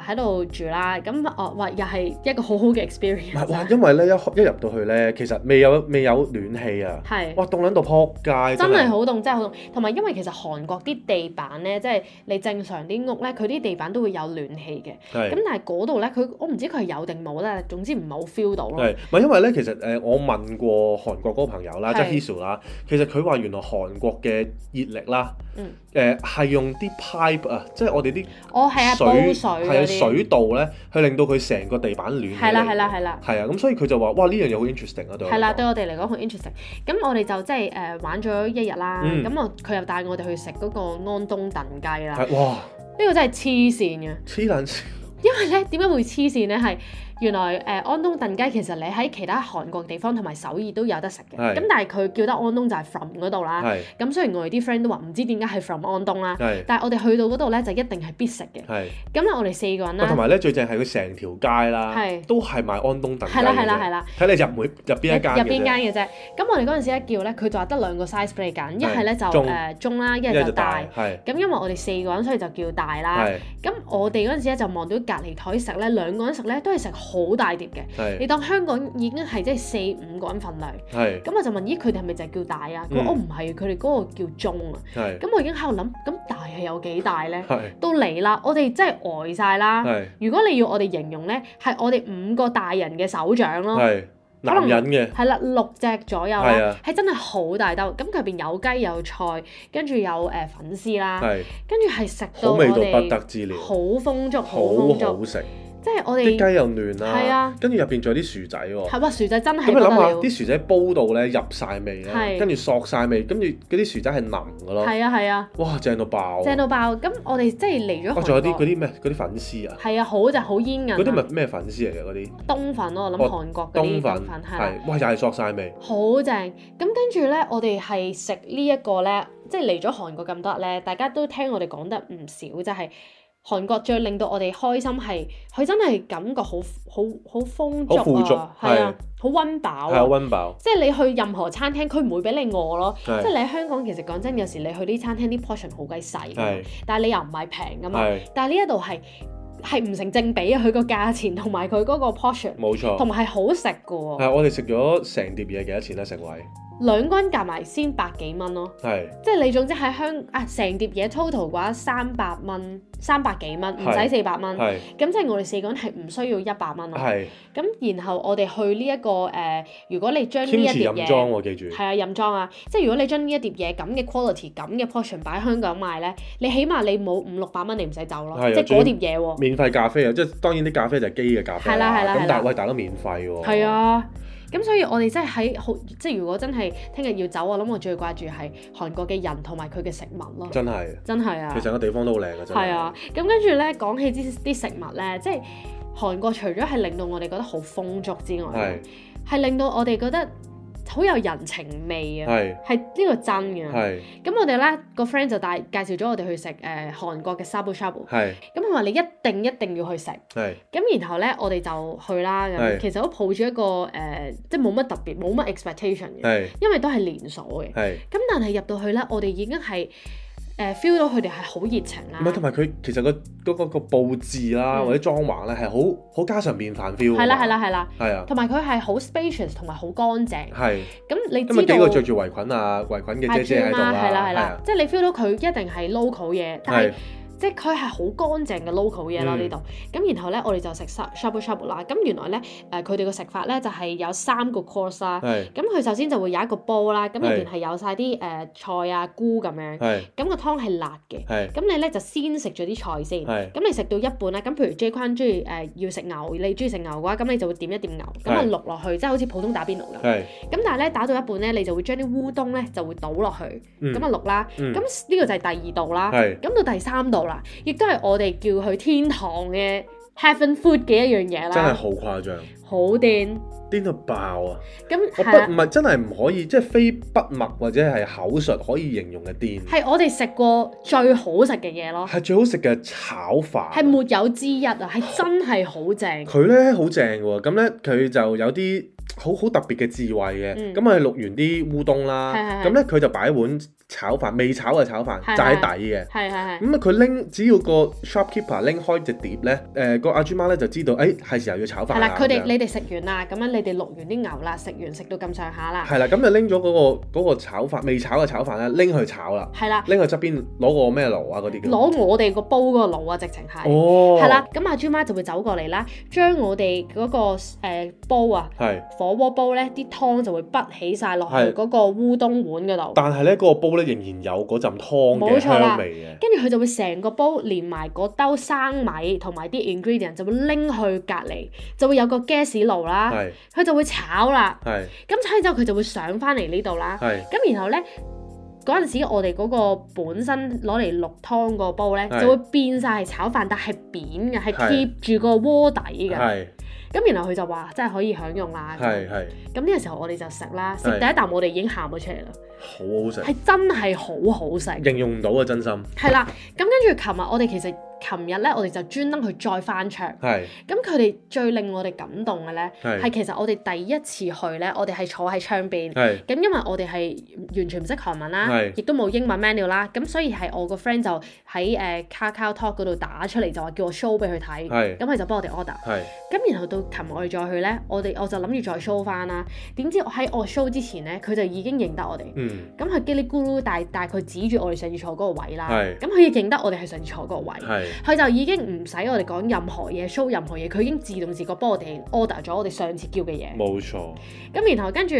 Speaker 3: 喺度住啦。咁哦，哇，又係一個好好嘅
Speaker 4: 唔係
Speaker 3: experience
Speaker 4: 哇
Speaker 3: 啊。！
Speaker 4: 因為咧一一入到去咧，其實未有未有暖氣啊，
Speaker 3: 係
Speaker 4: 哇凍撚到撲街，
Speaker 3: 真係好凍，真係好凍。同埋因為其實韓國啲地板咧，即係你正常啲屋咧，佢啲地板都會有暖氣嘅。咁
Speaker 4: 係。
Speaker 3: 但係嗰度咧，佢我唔知佢係有定冇咧，總之唔係好 feel 到咯。
Speaker 4: 係，唔係因為咧，其實誒、呃我問過韓國嗰個朋友啦，即係
Speaker 3: 係
Speaker 4: Hisu 啦，其實佢話原來韓國嘅熱力啦，
Speaker 3: 嗯
Speaker 4: 誒係、用啲 pipe à, 啊，即係我哋啲
Speaker 3: 我係啊，煲水
Speaker 4: 係啊
Speaker 3: 嗰啲。
Speaker 4: 水道咧，去令到佢成個地板暖起嚟。
Speaker 3: 係啦係啦係啦。
Speaker 4: 係啊，咁所以佢就話：哇，呢樣嘢好 interesting 啊，對我嚟講
Speaker 3: 係啦，對我哋嚟講好 interesting。咁我哋就即係誒玩咗一日啦。
Speaker 4: 嗯
Speaker 3: 咁我佢又帶我哋去食嗰個安東燉雞啦。呢
Speaker 4: 係哇，
Speaker 3: 個真係黐線嘅，
Speaker 4: 黐撚線，
Speaker 3: 因為咧點解會黐線咧？係原來誒、呃安東燉雞其實你喺其他韓國地方同埋首爾都有得食嘅。
Speaker 4: 係
Speaker 3: 咁但係佢叫得安東就係 from 嗰度啦。
Speaker 4: 係
Speaker 3: 咁雖然我哋啲 friend 都話唔知點解係 from 安東啦，
Speaker 4: 係
Speaker 3: 但係我哋去到嗰度咧就一定係必食嘅。
Speaker 4: 係。
Speaker 3: 咁咧我哋四個人
Speaker 4: 哇同
Speaker 3: 啦，
Speaker 4: 埋咧最正係佢成條街啦
Speaker 3: 係，
Speaker 4: 都係賣安東燉雞嘅啫
Speaker 3: 係啦係啦係啦。
Speaker 4: 睇你入每入邊一間
Speaker 3: 入邊間
Speaker 4: 嘅啫
Speaker 3: 嘅啫。咁我哋嗰陣時一叫咧，佢就話得兩個 size 俾你揀，一係咧就
Speaker 4: 中
Speaker 3: 誒中啦，一
Speaker 4: 一
Speaker 3: 係
Speaker 4: 係
Speaker 3: 就
Speaker 4: 就
Speaker 3: 大啊
Speaker 4: 大。係
Speaker 3: 咁因為我哋四個人，所以就叫大啦。
Speaker 4: 係
Speaker 3: 咁我哋嗰陣時咧就望到隔離台食咧，兩個人食咧都係食好大碟嘅。你
Speaker 4: 係
Speaker 3: 當香港已經係即係四五個人份量。
Speaker 4: 係
Speaker 3: 咁我就問咦佢哋係咪就係叫大啊？佢話
Speaker 4: 嗯
Speaker 3: 我唔係，佢哋嗰個叫中啊。
Speaker 4: 係
Speaker 3: 咁我已經喺度諗，咁大係有幾大咧？
Speaker 4: 係
Speaker 3: 到嚟啦，我哋真係呆晒啦。
Speaker 4: 係
Speaker 3: 如果你要我哋形容咧，係我哋五個大人嘅手掌咯。
Speaker 4: 係男人嘅
Speaker 3: 係啦，六隻左右
Speaker 4: 係
Speaker 3: 啦
Speaker 4: 啊，
Speaker 3: 係真係好大兜。咁佢入邊有雞有菜，跟住有誒、呃粉絲啦，
Speaker 4: 係
Speaker 3: 跟住係食
Speaker 4: 好
Speaker 3: 到我
Speaker 4: 味到不得
Speaker 3: 哋
Speaker 4: 之了，
Speaker 3: 好豐足，好豐
Speaker 4: 好好
Speaker 3: 足，
Speaker 4: 食，
Speaker 3: 即係我
Speaker 4: 啲
Speaker 3: 哋
Speaker 4: 雞又嫩
Speaker 3: 係
Speaker 4: 啦
Speaker 3: 啊，
Speaker 4: 跟住入邊仲有啲薯仔喎。
Speaker 3: 係哇薯仔真係
Speaker 4: 咁
Speaker 3: 不
Speaker 4: 你
Speaker 3: 得
Speaker 4: 諗下，
Speaker 3: 了，
Speaker 4: 啲薯仔煲到咧入晒味
Speaker 3: 係
Speaker 4: 咧，跟住索晒味，跟住嗰啲薯仔係腍噶咯，
Speaker 3: 係啊係啊，
Speaker 4: 哇正到爆！
Speaker 3: 正到爆。咁我哋即係嚟咗
Speaker 4: 哇！哦仲有
Speaker 3: 韓
Speaker 4: 啲嗰
Speaker 3: 國，
Speaker 4: 啲咩嗰啲粉絲啊，
Speaker 3: 係啊好就好煙韌啊，
Speaker 4: 嗰啲咪咩粉絲嚟嘅嗰啲
Speaker 3: 冬粉咯，我諗
Speaker 4: 哦
Speaker 3: 韓國嗰啲
Speaker 4: 冬
Speaker 3: 冬
Speaker 4: 粉
Speaker 3: 粉係啦。
Speaker 4: 係，哇又係索晒味，
Speaker 3: 好正！咁跟住呢，我哋係食呢一個呢，即係嚟咗韓國咁多日呢，大家都聽我哋講得唔少，就係、韓國最令到我哋開心係佢真係感覺好好好豐
Speaker 4: 好富
Speaker 3: 足
Speaker 4: 足
Speaker 3: 啊，係啊，好温飽
Speaker 4: 係啊，
Speaker 3: 啊。
Speaker 4: 温飽，
Speaker 3: 即係你去任何餐廳，佢唔會俾你餓咯。即係
Speaker 4: 係
Speaker 3: 你喺香港，其實講真，有時你去啲餐廳啲 portion 好鬼細㗎嘛，
Speaker 4: 係
Speaker 3: 但係你又唔係平㗎嘛。
Speaker 4: 係
Speaker 3: 但係呢一度係係唔成正比啊！佢個價錢同埋佢嗰個 portion，
Speaker 4: 冇
Speaker 3: 同
Speaker 4: 錯。
Speaker 3: 埋係好食㗎喎。
Speaker 4: 係我哋食咗成碟嘢幾多錢咧？成位
Speaker 3: 兩個人夾埋先百幾蚊咯。
Speaker 4: 係
Speaker 3: 即係你總之喺香啊成碟嘢 total 嘅話三百蚊，三百幾蚊，唔使
Speaker 4: 係
Speaker 3: 四百蚊。
Speaker 4: 係
Speaker 3: 咁即係我哋四個人係唔需要一百蚊咯。
Speaker 4: 係
Speaker 3: 咁然後我哋去呢、一個誒、呃如果你將呢一
Speaker 4: Kimchi
Speaker 3: 碟
Speaker 4: 飲裝
Speaker 3: 嘢
Speaker 4: 喎，記住
Speaker 3: 係啊任裝啊，即係如果你將呢一碟嘢咁嘅 quality 咁嘅 portion 擺喺香港賣咧，你起碼你冇五六百蚊你唔使走咯，
Speaker 4: 係啊
Speaker 3: 即係嗰碟嘢喎。
Speaker 4: 免費咖啡啊！即係當然啲咖啡就係機嘅咖啡
Speaker 3: 係啦係啦
Speaker 4: 咁
Speaker 3: 係啦
Speaker 4: 但係喂，大佬免費喎。
Speaker 3: 係啊，咁所以我哋真係喺好，即係如果真係聽日要走，我諗我最掛住係韓國嘅人同埋佢嘅食物咯，
Speaker 4: 真係，
Speaker 3: 真係啊
Speaker 4: 其實。成個地方都好靚嘅，真
Speaker 3: 係啊，，咁跟住咧講起啲啲食物咧，即係韓國除咗係令到我哋覺得好豐足之外
Speaker 4: 係，
Speaker 3: 係令到我哋覺得好有人情味啊！
Speaker 4: 係
Speaker 3: 係呢個真嘅。
Speaker 4: 係
Speaker 3: 咁我哋咧個 friend 就帶介紹咗我哋去食誒、呃、韓國嘅 shabu shabu，
Speaker 4: 係
Speaker 3: 咁佢話你一定一定要去食。
Speaker 4: 係
Speaker 3: 咁然後咧我哋就去啦，咁
Speaker 4: 係
Speaker 3: 其實都抱住一個誒、呃即係冇乜特別冇乜 expectation 嘅，
Speaker 4: 係
Speaker 3: 因為都係連鎖嘅。
Speaker 4: 係。
Speaker 3: 咁但係入到去咧，我哋已經係誒 feel 到佢哋係好熱情啊啦
Speaker 4: 唔。係，啊同埋佢其實個嗰個個佈置啦，
Speaker 3: 嗯
Speaker 4: 或者裝潢咧係好好家常便飯 feel 啊㗎嘛
Speaker 3: 係啦係，啦係啦，
Speaker 4: 係啊，
Speaker 3: 同埋佢係好 spacious 同埋好乾淨。
Speaker 4: 係，
Speaker 3: 咁你
Speaker 4: 因為幾
Speaker 3: 知道
Speaker 4: 個着住圍裙啊、圍裙嘅姐姐喺度
Speaker 3: 啊係啦係
Speaker 4: 係
Speaker 3: 啦
Speaker 4: 啊，
Speaker 3: 即係你 feel 到佢一定係 local 嘢，但係
Speaker 4: 係啊
Speaker 3: 即係佢係好乾淨嘅 local 嘢啦
Speaker 4: 嗯
Speaker 3: 呢度。咁然後咧，我哋就食 sha- shabu shabu 啦。咁原來咧誒佢哋個食法咧就係有三個 course 啦。
Speaker 4: 係
Speaker 3: 咁佢首先就會有一個煲啦，咁入邊
Speaker 4: 係
Speaker 3: 係有晒啲誒菜啊菇咁樣，
Speaker 4: 係
Speaker 3: 咁個湯係辣嘅。
Speaker 4: 係
Speaker 3: 咁你咧就先食咗啲菜先，
Speaker 4: 係
Speaker 3: 咁你食到一半啦，咁譬如 J 坤中意誒要食牛，你中意食牛嘅話，咁你就會點一點牛，咁啊
Speaker 4: 係
Speaker 3: 淥落去，即係好似普通打邊爐咁。
Speaker 4: 係，
Speaker 3: 咁但係咧打到一半咧，你就會將啲烏冬咧就會倒落去，
Speaker 4: 嗯
Speaker 3: 咁啊淥啦。
Speaker 4: 嗯
Speaker 3: 咁呢個就係第二道啦。
Speaker 4: 係
Speaker 3: 咁到第三道啦，亦都係我哋叫佢天堂嘅 heaven food 嘅一樣嘢
Speaker 4: 真係
Speaker 3: 啦，
Speaker 4: 好誇張，
Speaker 3: 好癲。
Speaker 4: 癲到爆啊！
Speaker 3: 咁
Speaker 4: 我不
Speaker 3: 係
Speaker 4: 唔
Speaker 3: 啦，
Speaker 4: 係真係唔可以，即係非筆墨或者係口述可以形容嘅癲，
Speaker 3: 係我哋食過最好食嘅嘢咯，
Speaker 4: 係最好食嘅炒飯，
Speaker 3: 係沒有之一啊，係真係好正。
Speaker 4: 佢咧好正喎，咁咧佢就有啲好好特別嘅智慧嘅，
Speaker 3: 嗯
Speaker 4: 咁啊、錄完啲烏冬啦，
Speaker 3: 係係係
Speaker 4: 咁咧佢就擺碗炒飯，未炒嘅炒飯，
Speaker 3: 係係
Speaker 4: 齋底嘅。
Speaker 3: 係係係，
Speaker 4: 咁啊！佢拎只要個 shopkeeper 拎開隻碟咧，誒、個阿豬媽咧就知道，誒、係時候要炒飯
Speaker 3: 係啦
Speaker 4: 啦。，
Speaker 3: 佢哋
Speaker 4: 咁樣
Speaker 3: 你哋食完啦，咁樣啊你哋淥完啲牛啦，食完食到咁上下啦，
Speaker 4: 係啦，咁就拎咗嗰個嗰個炒飯未炒嘅炒飯咧，拎去炒啦，
Speaker 3: 係啦，
Speaker 4: 拎去側邊攞個咩爐啊嗰啲叫
Speaker 3: 攞我哋個煲嗰個爐啊，直情係。
Speaker 4: 哦，
Speaker 3: 係啦，咁阿豬媽就會走過嚟啦，將我哋嗰、個、呃、煲啊，
Speaker 4: 係，
Speaker 3: 火鍋煲咧啲湯就會潷起晒落去
Speaker 4: 係
Speaker 3: 嗰個烏冬碗嗰度，
Speaker 4: 但係咧嗰個煲咧仍然有嗰陣湯
Speaker 3: 冇
Speaker 4: 嘅
Speaker 3: 錯啦
Speaker 4: 香味嘅，
Speaker 3: 跟住佢就會成個煲連埋嗰兜生米同埋啲 ingredient 就會拎去隔離，就會有個 gas 爐啦，
Speaker 4: 係
Speaker 3: 佢就會炒啦，
Speaker 4: 係
Speaker 3: 咁炒完之後佢就會上翻嚟呢度啦，
Speaker 4: 係
Speaker 3: 咁然後咧。嗰陣時，我哋嗰個本身攞嚟淥湯個煲咧，
Speaker 4: 係
Speaker 3: 就會變晒係炒飯，但係扁嘅，係
Speaker 4: 係
Speaker 3: 貼住個鍋底嘅。
Speaker 4: 係
Speaker 3: 咁然後佢就話真係可以享用啦。
Speaker 4: 係係。
Speaker 3: 咁呢個時候我哋就食啦，食
Speaker 4: 係
Speaker 3: 第一啖我哋已經喊咗出嚟啦，
Speaker 4: 好好食，
Speaker 3: 係真係好好食。
Speaker 4: 形容唔到啊！真心
Speaker 3: 係啦，咁跟住琴日我哋其實琴日咧，我哋就專登去再翻唱。
Speaker 4: 係
Speaker 3: 咁佢哋最令我哋感動嘅咧，
Speaker 4: 係
Speaker 3: 係其實我哋第一次去咧，我哋係坐喺窗邊。
Speaker 4: 係
Speaker 3: 咁因為我哋係完全唔識韓文啦，
Speaker 4: 係
Speaker 3: 亦都冇英文 menu 啦，咁所以係我個 friend 就喺誒 Kakao Talk 嗰度打出嚟，就話叫我 show 俾佢睇，
Speaker 4: 係
Speaker 3: 咁佢就幫我哋 order。
Speaker 4: 係
Speaker 3: 咁然後到琴日我哋再去咧，我哋我就諗住再 show 翻啦。點知喺我 show 之前咧，佢就已經認得我哋。
Speaker 4: 嗯
Speaker 3: 咁佢嘰里咕嚕，但但係佢指住我哋上次坐嗰個位啦。
Speaker 4: 係
Speaker 3: 咁佢亦認得我哋係上次坐嗰個位。
Speaker 4: 係
Speaker 3: 佢就已經唔使我哋講任何嘢 show 任何嘢，佢已經自動自覺幫我哋 order 咗我哋上次叫嘅嘢。
Speaker 4: 冇錯
Speaker 3: 咁然後跟住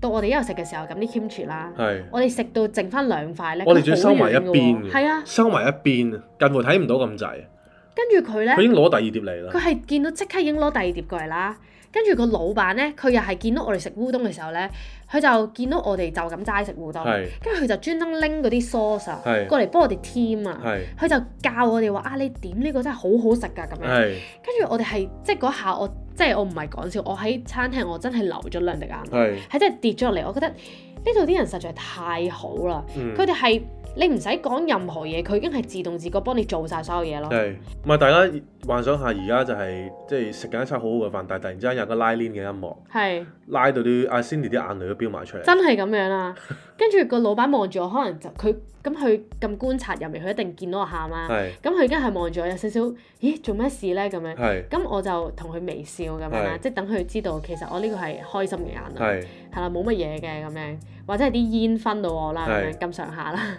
Speaker 3: 到我哋一路食嘅時候，咁啲 kimchi 啦，
Speaker 4: 係。
Speaker 3: 我哋食到剩翻兩塊咧，
Speaker 4: 我哋仲要收埋一
Speaker 3: 邊
Speaker 4: 邊，
Speaker 3: 係啊，
Speaker 4: 收埋一邊，近乎睇唔到咁滯。啊
Speaker 3: 跟住佢咧
Speaker 4: 佢已。經攞第二碟嚟
Speaker 3: 佢
Speaker 4: 啦，
Speaker 3: 係見到即刻已經攞第二碟過嚟啦，跟住個老闆咧，佢又係見到我哋食烏冬嘅時候咧，佢就見到我哋就咁齋食烏冬
Speaker 4: 係，
Speaker 3: 跟住佢就專登拎嗰啲 sauce 啊
Speaker 4: 係
Speaker 3: 過嚟幫我哋添啊，
Speaker 4: 係
Speaker 3: 佢就教我哋話啊，你點呢個真係好好食啊㗎咁樣，
Speaker 4: 係
Speaker 3: 跟住我哋係即係嗰下我即係我唔係講笑，我喺餐廳我真係流咗兩滴眼淚，
Speaker 4: 係，
Speaker 3: 係真係跌咗落嚟，我覺得呢度啲人實在太好啦，
Speaker 4: 嗯
Speaker 3: 佢哋係你唔使講任何嘢，佢已經係自動自覺幫你做晒所有嘢咯。
Speaker 4: 係，唔係大家幻想下而家就係即係食緊一餐好好嘅飯，但係突然之間有個拉鏈嘅音樂，
Speaker 3: 係
Speaker 4: 拉到啲阿 Cindy 啲眼淚都飆埋出嚟。
Speaker 3: 真係咁樣啦、跟住個老闆望住我，可能就佢咁佢咁觀察入面，佢一定見到我喊啦。
Speaker 4: 係
Speaker 3: 咁佢已經係望住我有少少，咦做咩事咧咁樣？
Speaker 4: 係
Speaker 3: 咁我就同佢微笑咁樣啦
Speaker 4: 係，
Speaker 3: 即係等佢知道其實我呢個係開心嘅眼淚。
Speaker 4: 係
Speaker 3: 係啦，冇乜嘢嘅咁樣，或者係啲煙分到我啦咁
Speaker 4: 係
Speaker 3: 樣咁上下啦。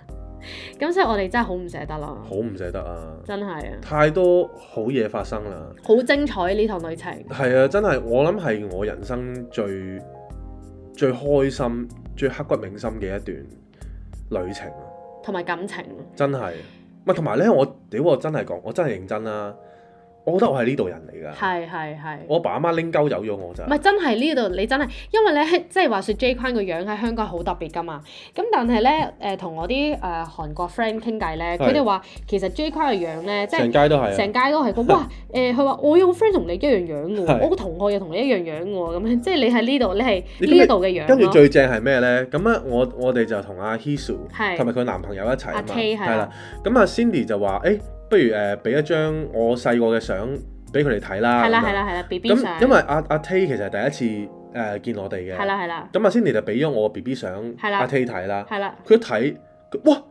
Speaker 3: 咁所以我哋真係好唔捨得咯，
Speaker 4: 好唔捨得啊！
Speaker 3: 真係啊，
Speaker 4: 太多好嘢發生啦。
Speaker 3: 好精彩呢趟旅程，
Speaker 4: 係啊，真係我諗係我人生最最開心、最刻骨銘心嘅一段旅程啊
Speaker 3: 同埋感情。
Speaker 4: 真係。唔係同埋咧，我屌我真係講，我真係認真啦。我覺得我係呢度人嚟㗎。
Speaker 3: 係係係。
Speaker 4: 我爸阿媽拎鳩走咗我咋
Speaker 3: 唔。係真係呢度，你真係，因為咧， 即係話説 J 坤個樣喺香港好特別噶嘛。咁但係咧，誒同我啲誒韓國 friend 傾偈
Speaker 4: 係
Speaker 3: 咧，佢哋話其實 J 坤嘅樣咧，即係
Speaker 4: 成街都係
Speaker 3: 成
Speaker 4: 啊。
Speaker 3: 街都係講， 哇！誒，佢話我有個 friend 同你一樣樣嘅喎，
Speaker 4: 係
Speaker 3: 我個同學又同你一樣樣嘅喎，咁樣即係你喺呢度，你係
Speaker 4: 你
Speaker 3: 呢一度嘅樣
Speaker 4: 跟住
Speaker 3: 咯
Speaker 4: 最正係咩咧？咁咧，我我哋就同阿 Hisu
Speaker 3: 係
Speaker 4: 同埋佢男朋友一齊啊嘛，
Speaker 3: 阿 K，係啊
Speaker 4: 係啦。咁阿 Cindy 就話：，誒、不如誒俾、一張我細個嘅相俾佢哋睇啦。
Speaker 3: 係啦
Speaker 4: 咁樣
Speaker 3: 係啦係啦，B B 相，
Speaker 4: 啊咁因啊為阿阿 T 其實係第一次誒、呃、見我哋嘅，
Speaker 3: 係啦係啦
Speaker 4: 咁阿 Cindy 就俾咗我 B B 相
Speaker 3: 係啦
Speaker 4: 阿 T 睇啦，
Speaker 3: 係啦，
Speaker 4: 佢一睇，佢哇！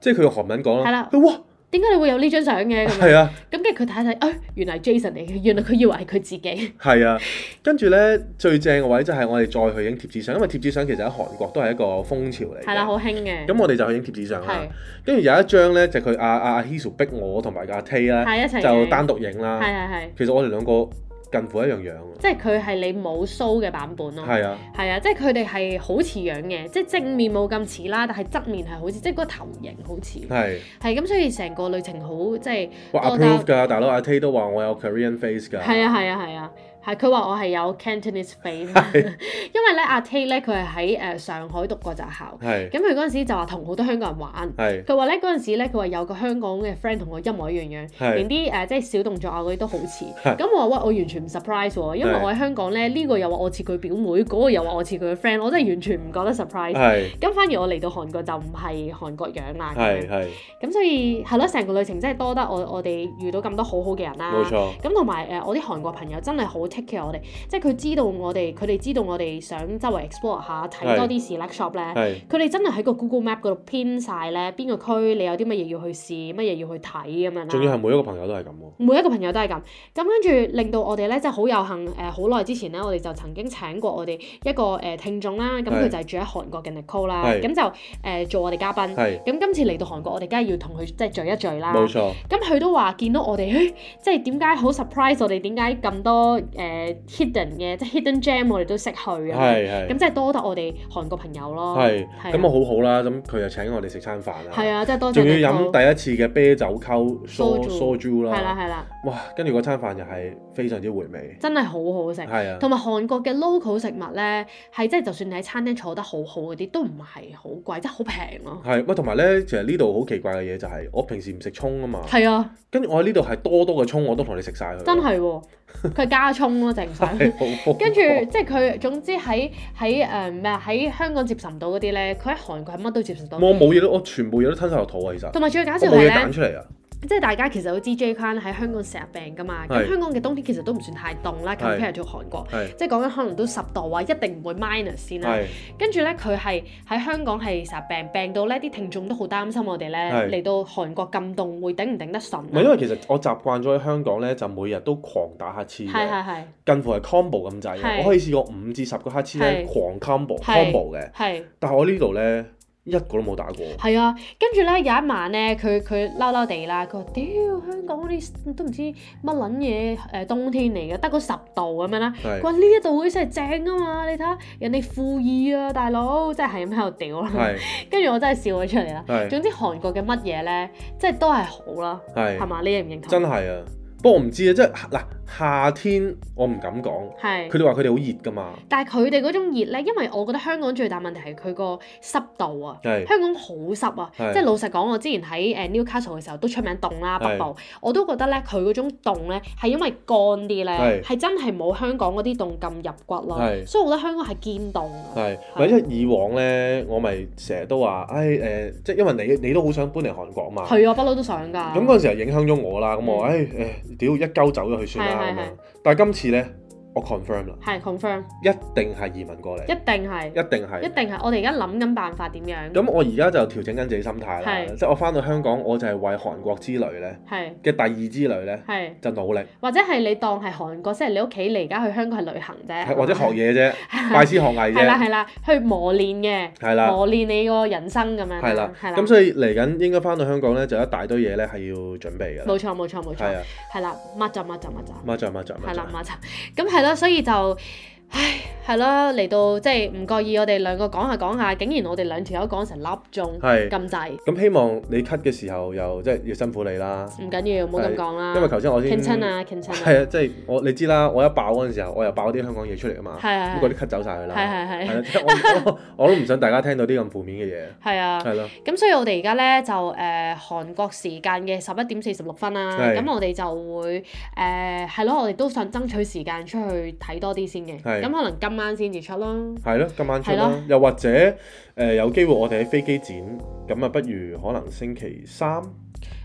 Speaker 4: 即係佢用韓文講
Speaker 3: 係
Speaker 4: 啦
Speaker 3: 啦，
Speaker 4: 佢哇，
Speaker 3: 點解你會有呢張相嘅咁樣？
Speaker 4: 係啊
Speaker 3: 咁跟住佢睇一睇，哎，原來係 Jason 嚟嘅，原來佢以為係佢自己，
Speaker 4: 係啊，跟住咧最正嘅位就係我哋再去影貼紙相，因為貼紙相其實喺韓國都係一個風潮嚟
Speaker 3: 係啦，
Speaker 4: 嘅。
Speaker 3: 好興嘅，
Speaker 4: 啊咁我哋就去影貼紙相啦
Speaker 3: 係，
Speaker 4: 跟住有一張咧就佢阿阿阿 Hisu 逼我同埋阿 T 咧
Speaker 3: 係一齊
Speaker 4: 就
Speaker 3: 影
Speaker 4: 單獨啊影
Speaker 3: 係哦
Speaker 4: 啦。
Speaker 3: 係係，
Speaker 4: 其實我哋兩個近乎一樣樣喎，
Speaker 3: 即係佢係你冇 show 嘅版本咯。
Speaker 4: 係啊，
Speaker 3: 係啊，即係佢哋係好似樣嘅，即係正面冇咁似啦，但係側面係好似，即係嗰個頭型好似，
Speaker 4: 係。
Speaker 3: 係咁，所以成個旅程好即哦係
Speaker 4: 哇
Speaker 3: 多得
Speaker 4: approve 㗎，大佬啊阿 T 都話我有 Korean face 㗎。
Speaker 3: 係啊係啊係啊，係佢話我係有 Cantonese fame，因啊 為咧阿 Tay 咧佢係喺誒上海讀過宅校，
Speaker 4: 係
Speaker 3: 咁佢嗰陣時就話同好多香港人玩。
Speaker 4: 係
Speaker 3: 佢話咧嗰陣時咧，佢話有個香港嘅 friend 同我一模一樣樣，
Speaker 4: 係
Speaker 3: 連啲誒、呃即係小動作啊嗰啲都好似。
Speaker 4: 係
Speaker 3: 咁我話喂，我完全唔 surprise 喎，因為
Speaker 4: 係
Speaker 3: 我喺哦香港咧，呢、個又話我似佢表妹，嗰、個又話我似佢嘅 friend，我真係完全唔覺得 surprise。
Speaker 4: 係
Speaker 3: 咁反而我嚟到韓國就唔係韓國樣啦。咁
Speaker 4: 係
Speaker 3: 樣
Speaker 4: 係，
Speaker 3: 咁所以係咯，成個旅程真係多得我我哋遇到咁多好好嘅人啦。
Speaker 4: 冇錯。
Speaker 3: 咁同埋呃誒，我啲韓國朋友真係好 take care 我哋，即係佢知道我哋，佢哋知道我哋想周圍 explore 下，睇
Speaker 4: 係
Speaker 3: 多啲 select shop 咧。
Speaker 4: 係
Speaker 3: 佢哋真係喺個 Google Map 嗰度編晒咧，邊個區你有啲乜嘢要去試，乜嘢要去睇咁
Speaker 4: 仲
Speaker 3: 樣
Speaker 4: 要
Speaker 3: 啦。
Speaker 4: 係每一個朋友都係咁喎。
Speaker 3: 每一個朋友都係咁，咁跟住令到我哋咧，真係好有幸誒，好、耐之前咧，我哋就曾經請過我哋一個誒、呃、聽眾啦，咁
Speaker 4: 係
Speaker 3: 佢就係住喺韓國嘅 Nicole 啦，
Speaker 4: 係
Speaker 3: 咁就誒、呃做我哋嘉賓。
Speaker 4: 係
Speaker 3: 咁今次嚟到韓國，我哋梗係要同佢即係聚一聚啦。
Speaker 4: 冇錯，
Speaker 3: 咁佢都話見到我哋，誒即係點解好 surprise 我哋點解咁多誒、呃 hidden 嘅，即係 hidden gem 我哋都識去啊！
Speaker 4: 係係
Speaker 3: 咁即係多得我哋韓國朋友咯。
Speaker 4: 係
Speaker 3: 係啊
Speaker 4: 咁我好好啦，咁佢就請我哋食餐飯啦。
Speaker 3: 係啊，即係多謝。
Speaker 4: 仲要飲第一次嘅啤酒溝
Speaker 3: Soju
Speaker 4: 梳珠
Speaker 3: 係啦
Speaker 4: 啦，
Speaker 3: 係啦，
Speaker 4: 哇！跟住嗰餐飯又係非常之回味，
Speaker 3: 真係好好食。
Speaker 4: 係啊，
Speaker 3: 同埋韓國嘅 local 食物咧，係即係就算你喺餐廳坐得好好嗰啲，都唔係好貴，即係好平咯。
Speaker 4: 係喂，同埋咧，其實呢度好奇怪嘅嘢就係我平時唔食葱啊嘛，
Speaker 3: 係啊，
Speaker 4: 跟住我喺呢度係多多嘅葱我都同你食晒佢，
Speaker 3: 真係喎，佢係加葱咯，正常。
Speaker 4: 係啊好
Speaker 3: 跟住即係佢總之喺喺誒咩啊喺香港接受唔到嗰啲咧，佢喺韓國係乜都接受到。
Speaker 4: 我冇嘢都，我全部嘢都吞晒落肚啊，其實
Speaker 3: 同埋最搞
Speaker 4: 我
Speaker 3: 笑
Speaker 4: 冇嘢
Speaker 3: 係
Speaker 4: 揀
Speaker 3: 咧，
Speaker 4: 出嚟啊，
Speaker 3: 即係大家其實都知 J 框喺香港成日病噶嘛，咁
Speaker 4: 係
Speaker 3: 香港嘅冬天其實都唔算太凍啦
Speaker 4: 係
Speaker 3: ，compare to 韓國，
Speaker 4: 係
Speaker 3: 即係講緊可能都十度啊，一定唔會 minus 先啦。
Speaker 4: 係
Speaker 3: 跟住咧，佢係喺香港係成日病病到咧，啲聽眾都好擔心我哋咧
Speaker 4: 係
Speaker 3: 嚟到韓國咁凍會頂唔頂得順
Speaker 4: 唔係因
Speaker 3: 啊。
Speaker 4: 為其實我習慣咗喺香港咧，就每日都狂打乞嗤嘅
Speaker 3: 係係係
Speaker 4: 近乎係 combo 咁滯
Speaker 3: 係
Speaker 4: 嘅，我可以試過五至十個乞嗤咧
Speaker 3: 係
Speaker 4: 狂 combo
Speaker 3: 係
Speaker 4: combo 嘅，
Speaker 3: 係
Speaker 4: 但係我呢度咧一個都冇打過，
Speaker 3: 係啊！跟住咧有一晚咧，佢佢嬲嬲地啦，佢話：屌香港嗰啲都唔知乜撚嘢誒冬天嚟嘅，得嗰十度咁樣啦。佢
Speaker 4: 係
Speaker 3: 話呢一度嗰啲先係正啊嘛，你睇下人哋負二啊，大佬，即係係咁喺度屌啦。
Speaker 4: 係
Speaker 3: 跟住我真係笑咗出嚟啦。
Speaker 4: 係
Speaker 3: 總之韓國嘅乜嘢咧，即係都係好啦，係
Speaker 4: 係
Speaker 3: 嘛？你認唔認同？
Speaker 4: 真係啊！不過我唔知啊，即係嗱夏天我唔敢講，
Speaker 3: 係
Speaker 4: 佢。哋話佢哋好熱噶嘛，
Speaker 3: 但係佢哋嗰種熱咧，因為我覺得香港最大問題係佢個濕度啊，
Speaker 4: 係
Speaker 3: 香港好濕啊，
Speaker 4: 係
Speaker 3: 即係老實講，我之前喺誒 Newcastle 嘅時候都出名凍啦，
Speaker 4: 係
Speaker 3: 北部我都覺得咧，佢嗰種凍咧係因為乾啲咧
Speaker 4: 係，
Speaker 3: 係真係冇香港嗰啲凍咁入骨咯，
Speaker 4: 係
Speaker 3: 所以我覺得香港係堅凍啊，
Speaker 4: 係，或者以往咧，我咪成日都話，唉誒、即係因為你你都好想搬嚟韓國嘛，
Speaker 3: 係啊，不嬲都想㗎，
Speaker 4: 咁嗰陣時係影響咗我啦，咁我
Speaker 3: 嗯
Speaker 4: 唉誒，屌一鳩走咗去算啦
Speaker 3: 係係
Speaker 4: 咁
Speaker 3: 係
Speaker 4: 樣，但係今次咧，我 confirm 啦，
Speaker 3: 係 confirm，
Speaker 4: 一定係移民過嚟，
Speaker 3: 一定係，
Speaker 4: 一定
Speaker 3: 一
Speaker 4: 係。
Speaker 3: 定係，我哋而家諗緊辦法點樣，
Speaker 4: 咁我而家就調整緊自己心態啦，
Speaker 3: 係
Speaker 4: 即係我翻到香港，我就係為韓國之旅咧
Speaker 3: 係
Speaker 4: 嘅第二之旅咧，
Speaker 3: 係，
Speaker 4: 就努力，
Speaker 3: 或者係你當係韓國，即係你屋企嚟而家去香港係旅行啫，
Speaker 4: 或者學嘢啫， 拜師學藝
Speaker 3: 哦係啦
Speaker 4: 啫，
Speaker 3: 係啦，去磨練嘅。
Speaker 4: 係啦。
Speaker 3: 磨練你個人生咁樣。
Speaker 4: 係啦，
Speaker 3: 係啦。
Speaker 4: 咁所以嚟緊應該翻到香港咧，就有一大堆嘢咧係要準備嘅。
Speaker 3: 冇錯冇錯冇
Speaker 4: 係
Speaker 3: 錯，
Speaker 4: 啊，
Speaker 3: 係啦，乜就乜就乜就，
Speaker 4: 孖掌孖掌
Speaker 3: 係
Speaker 4: 孖
Speaker 3: 啦
Speaker 4: 掌。
Speaker 3: 乜就，咁係咯，所以就。唉，係咯，嚟到即係唔覺意，我哋兩個講下講下，竟然我哋兩條友講成粒鐘
Speaker 4: 係
Speaker 3: 咁滯，
Speaker 4: 咁希望你 cut 嘅時候又即係要辛苦你啦，
Speaker 3: 唔緊要，唔好咁講啦。
Speaker 4: 因為頭先我先
Speaker 3: 傾親啊，傾親啊，
Speaker 4: 係啊，即係我你知啦，我一爆嗰陣時候，我又爆啲香港嘢出嚟啊嘛，
Speaker 3: 係係
Speaker 4: 咁嗰啲 cut 走晒佢啦，
Speaker 3: 係係啊係
Speaker 4: 係啦，啊即係我我我都唔想大家聽到啲咁負面嘅嘢，
Speaker 3: 係啊。
Speaker 4: 係咯，
Speaker 3: 咁所以我哋而家咧就誒、呃、韓國時間嘅十一點四十六分啦，
Speaker 4: 係
Speaker 3: 咁我哋就會誒係咯，我哋都想爭取時間出去睇多啲先嘅，
Speaker 4: 係
Speaker 3: 咁可能今晚先至出咯。
Speaker 4: 係咯，今晚出
Speaker 3: 係
Speaker 4: 啦
Speaker 3: 咯，
Speaker 4: 又或者誒、呃有機會我哋喺飛機展，咁啊不如可能星期三
Speaker 3: 誒、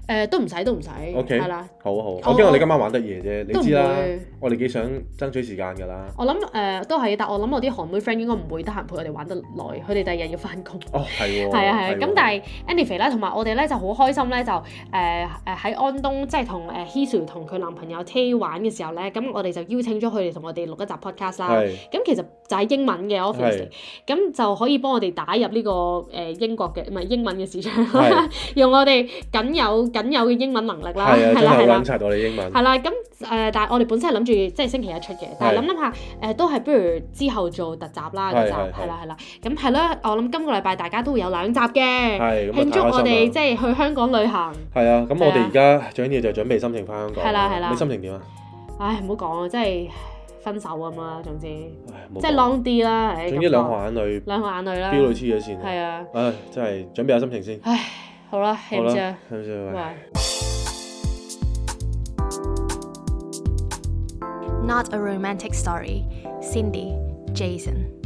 Speaker 3: 呃都唔使，都唔使，
Speaker 4: ，OK，
Speaker 3: 係啦。
Speaker 4: 好啊好啊，
Speaker 3: 我
Speaker 4: 我驚我哋今晚玩得夜啫，
Speaker 3: 都唔
Speaker 4: 你知啦
Speaker 3: 會，
Speaker 4: 我哋幾想爭取時間㗎啦，
Speaker 3: 我諗誒、都係，但我諗我啲韓妹 friend 應該唔會得閒陪我哋玩得耐，佢哋第二日要翻工。
Speaker 4: 哦係喎，
Speaker 3: 係啊係啊，
Speaker 4: 喎
Speaker 3: 咁但係 anyway 啦，同埋我哋咧就好開心咧，就誒誒喺安東即係同誒 Hisu 同佢男朋友 Tay 玩嘅時候咧，咁我哋就邀請咗佢哋同我哋錄一集 podcast 啦。
Speaker 4: 係
Speaker 3: 咁其實就係英文嘅 office，
Speaker 4: 係
Speaker 3: 咁就可以幫我哋打入呢、個誒、英國嘅唔係英文嘅市場
Speaker 4: 係，
Speaker 3: 用我哋僅有僅有嘅英文能力
Speaker 4: 係
Speaker 3: 啦，
Speaker 4: 啊，真
Speaker 3: 係啦
Speaker 4: 係
Speaker 3: 係啦
Speaker 4: 温。柒我哋英文，
Speaker 3: 係啦，咁誒、呃但係我哋本身係諗住即係星期一出嘅，但係諗諗下誒，都係不如之後做特集啦，
Speaker 4: 係
Speaker 3: 嗰集
Speaker 4: 係
Speaker 3: 係啦係啦，咁係啦，我諗今個禮拜大家都會有兩集嘅，
Speaker 4: 係咁啊
Speaker 3: 慶祝我
Speaker 4: 太開
Speaker 3: 哋
Speaker 4: 心啦
Speaker 3: 即係去香港旅行。
Speaker 4: 係啊，咁我
Speaker 3: 係
Speaker 4: 哋
Speaker 3: 啊
Speaker 4: 而家最緊要就準備心情翻香港。
Speaker 3: 係啦係啦
Speaker 4: 你心情點啊？
Speaker 3: 唉，唔好講啦，即係分手咁啦，總之即
Speaker 4: 唉冇
Speaker 3: 係
Speaker 4: 講
Speaker 3: long 啲啦，唉
Speaker 4: 總
Speaker 3: 咁
Speaker 4: 之兩
Speaker 3: 講
Speaker 4: 行眼淚
Speaker 3: 兩個眼淚啦，
Speaker 4: 飆到黐咗線。
Speaker 3: 係啊，
Speaker 4: 唉，真係準備下心情先。
Speaker 3: 好啦，
Speaker 4: 好
Speaker 3: 係唔知
Speaker 4: 啦
Speaker 3: 啊，，
Speaker 4: 係唔係？
Speaker 3: 喂。
Speaker 2: Not a Romantic Story, Cindy, Jason.